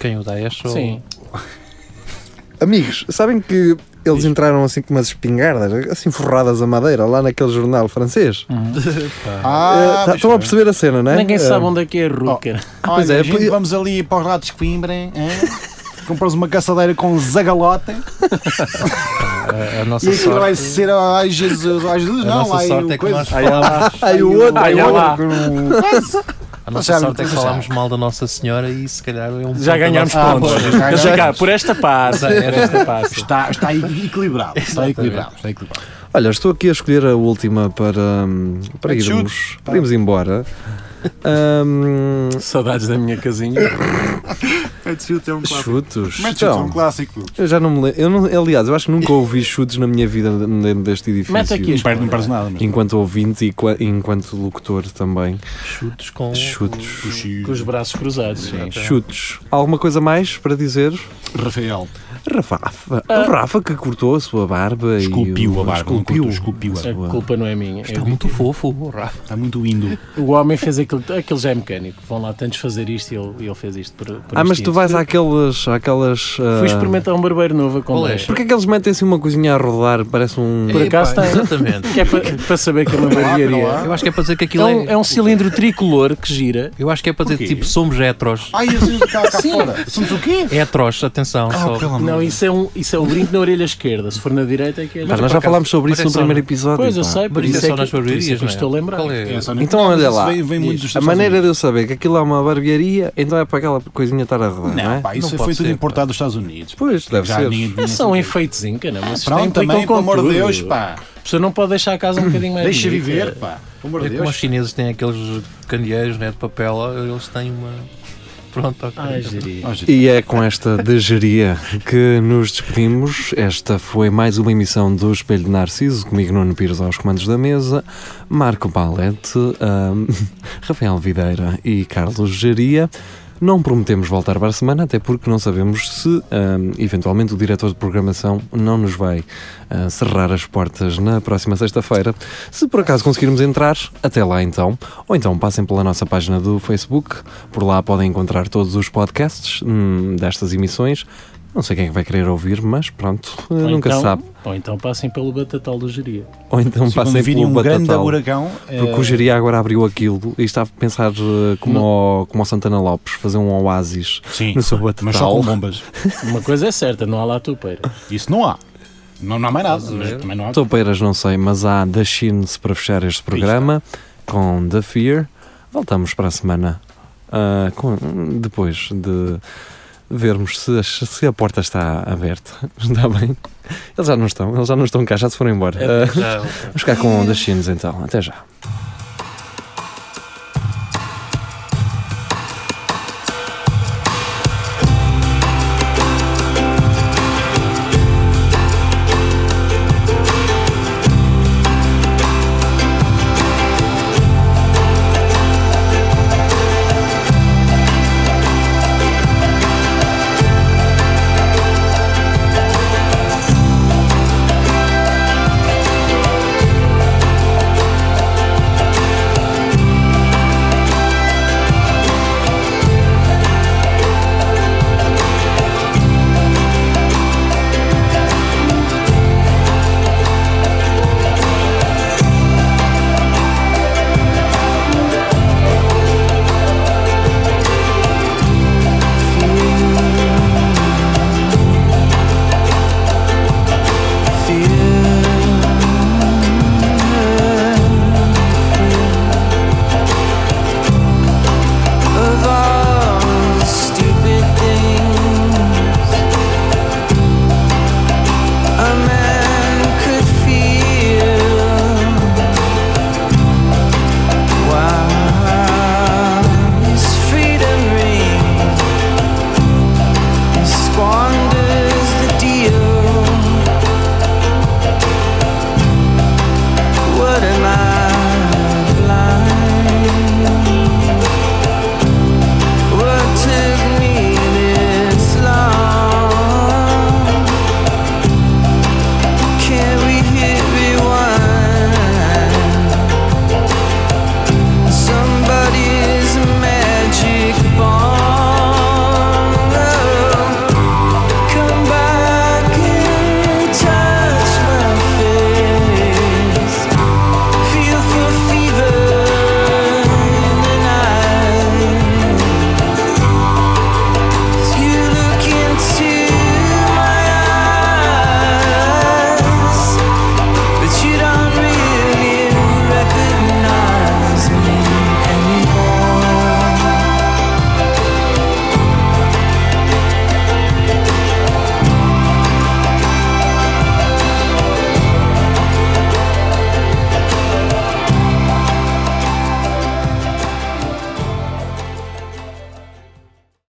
Quem o Daesh ou...
Sim.
Amigos, sabem que eles entraram assim com umas espingardas, assim forradas a madeira, lá naquele jornal francês?
Ah,
Eh, tá- Estão a perceber a cena, não é?
Ninguém
Eh,
sabe onde é que é a Rucker.
pois
pois
é,
é,
pois-
vamos ali para os lados de Coimbra. hein? Compras uma caçadeira com zagalote
A, a
e
nossa
aquilo vai
sorte,
ser. Ai Jesus, ai Jesus,
a
não,
nossa
ai
sorte é
o
que
coisa.
nós falámos...
Aí o outro,
Ai,
aí o outro.
lá.
A nossa
Sabe,
sorte é que
sabe.
falámos mal da Nossa Senhora e se calhar é um
Já
pouco a
ganhámos
nossa- Ah,
pontos.
pois, já
Mas
ganhámos.
cá, por esta passa, era esta passa.
Está, está equilibrado. Está equilibrado. Está equilibrado.
Olha, estou aqui a escolher a última para, hum, para
Let's
irmos, para irmos embora. Hum,
Saudades da minha casinha.
É de chute, é um
chutos.
Mas chute é um
Então,
clássico.
eu já não me lembro. Eu não, aliás, eu acho que nunca ouvi chutes na minha vida dentro deste edifício.
Mete aqui as
Não perde, não perdes nada. Mas...
Enquanto ouvinte e qua- enquanto locutor também.
Chutos com...
Chutos.
com os braços cruzados. Sim.
Chutos. Alguma coisa mais para dizer?
Rafael,
Rafa, é
Ah.
o Rafa que cortou a sua barba e
esculpiu
o-
a barba. não
Esculpiu.
curto, Esculpiu a barba.
A culpa não é minha.
Está muito fofo, o Rafa.
Está tá muito indo.
O homem fez aquilo, aquilo já é mecânico. Vão lá tantos fazer isto e ele, ele fez isto por, por
Ah, mas
instinto.
tu vais àquelas. àquelas ah,
Fui experimentar um barbeiro novo com
Qual é?
Porquê é que eles metem assim uma coisinha a rodar? Parece um.
Por
Epá,
acaso está-
Exatamente.
Que é para, para saber que é uma barbearia.
Eu acho que é para dizer que
É
aquilo é...
um, é um cilindro tricolor que gira.
Eu acho que é para dizer,
Porquê?
tipo, somos heteros.
Ai, Jesus, cá, cá fora. Somos o quê?
Heteros, atenção. só.
Não, isso é, um, isso é um brinco na orelha esquerda. Se for na direita é que é.
Pá, nós já
acaso-
falámos sobre
mas
isso
é
no
só-
primeiro episódio.
Pois eu
pá.
sei, por
Mas
isso
isso
é
é só nas
que, por isso é
barbearias,
que eu
não é?
estou a lembrar.
Qual é?
Então olha lá.
Vem, vem muito dos
A
Estados
maneira de
Unidos.
eu saber que aquilo é uma barbearia, então é para aquela coisinha estar a rodar, não, é?
Não, pá, isso
Não
foi
pode
tudo
ser,
importado dos Estados Unidos.
Pois, deve
Já
ser.
ninguém-
É só um enfeitezinho, caramba. Vocês
Pronto,
implicam com
também, pelo amor de
tudo.
Deus, pá.
A pessoa não pode deixar a casa um bocadinho mais
Deixa
bonita.
viver, pá. Pelo amor
É
de
como os
Deus.
chineses têm aqueles candeeiros né, de papel, eles têm uma. Pronto, ok.
Ai, geria.
Ó, gente,
E é com esta degeria que nos despedimos. Esta foi mais uma emissão do Espelho de Narciso, comigo Nuno Pires aos comandos da mesa, Marco Palete, ahm, Rafael Videira e Carlos Geria. Não prometemos voltar para a semana, até porque não sabemos se ahm, eventualmente o diretor de programação não nos vai ah, cerrar as portas na próxima sexta-feira. Se por acaso conseguirmos entrar, até lá então. Ou então passem pela nossa página do Facebook, por lá podem encontrar todos os podcasts hum, destas emissões. Não sei quem é que vai querer ouvir, mas pronto, eh,
Ou
nunca
então-
sabe.
Ou então passem pelo batatal do geria.
Ou então
Quando
passem
virem
pelo
um grande
Batatal.
buracão. eh,
Porque o Jeria agora abriu aquilo e está a pensar eh, como, o, como o Santana Lopes, fazer um oásis
Sim,
no seu
mas só
Batatal.
com bombas.
Uma coisa é certa, não há lá tupeira.
Isso não há. Não, não há mais nada. mas Também não há.
Então, Toupeiras, não sei, mas há The Shins para fechar este programa com The Fear. Voltamos para a semana ah, com- depois de vermos se, as- se a porta está aberta. Está bem? Eles já não estão, eles já não estão cá, já se foram embora. Ah, vamos ficar com The Shins então. Até já.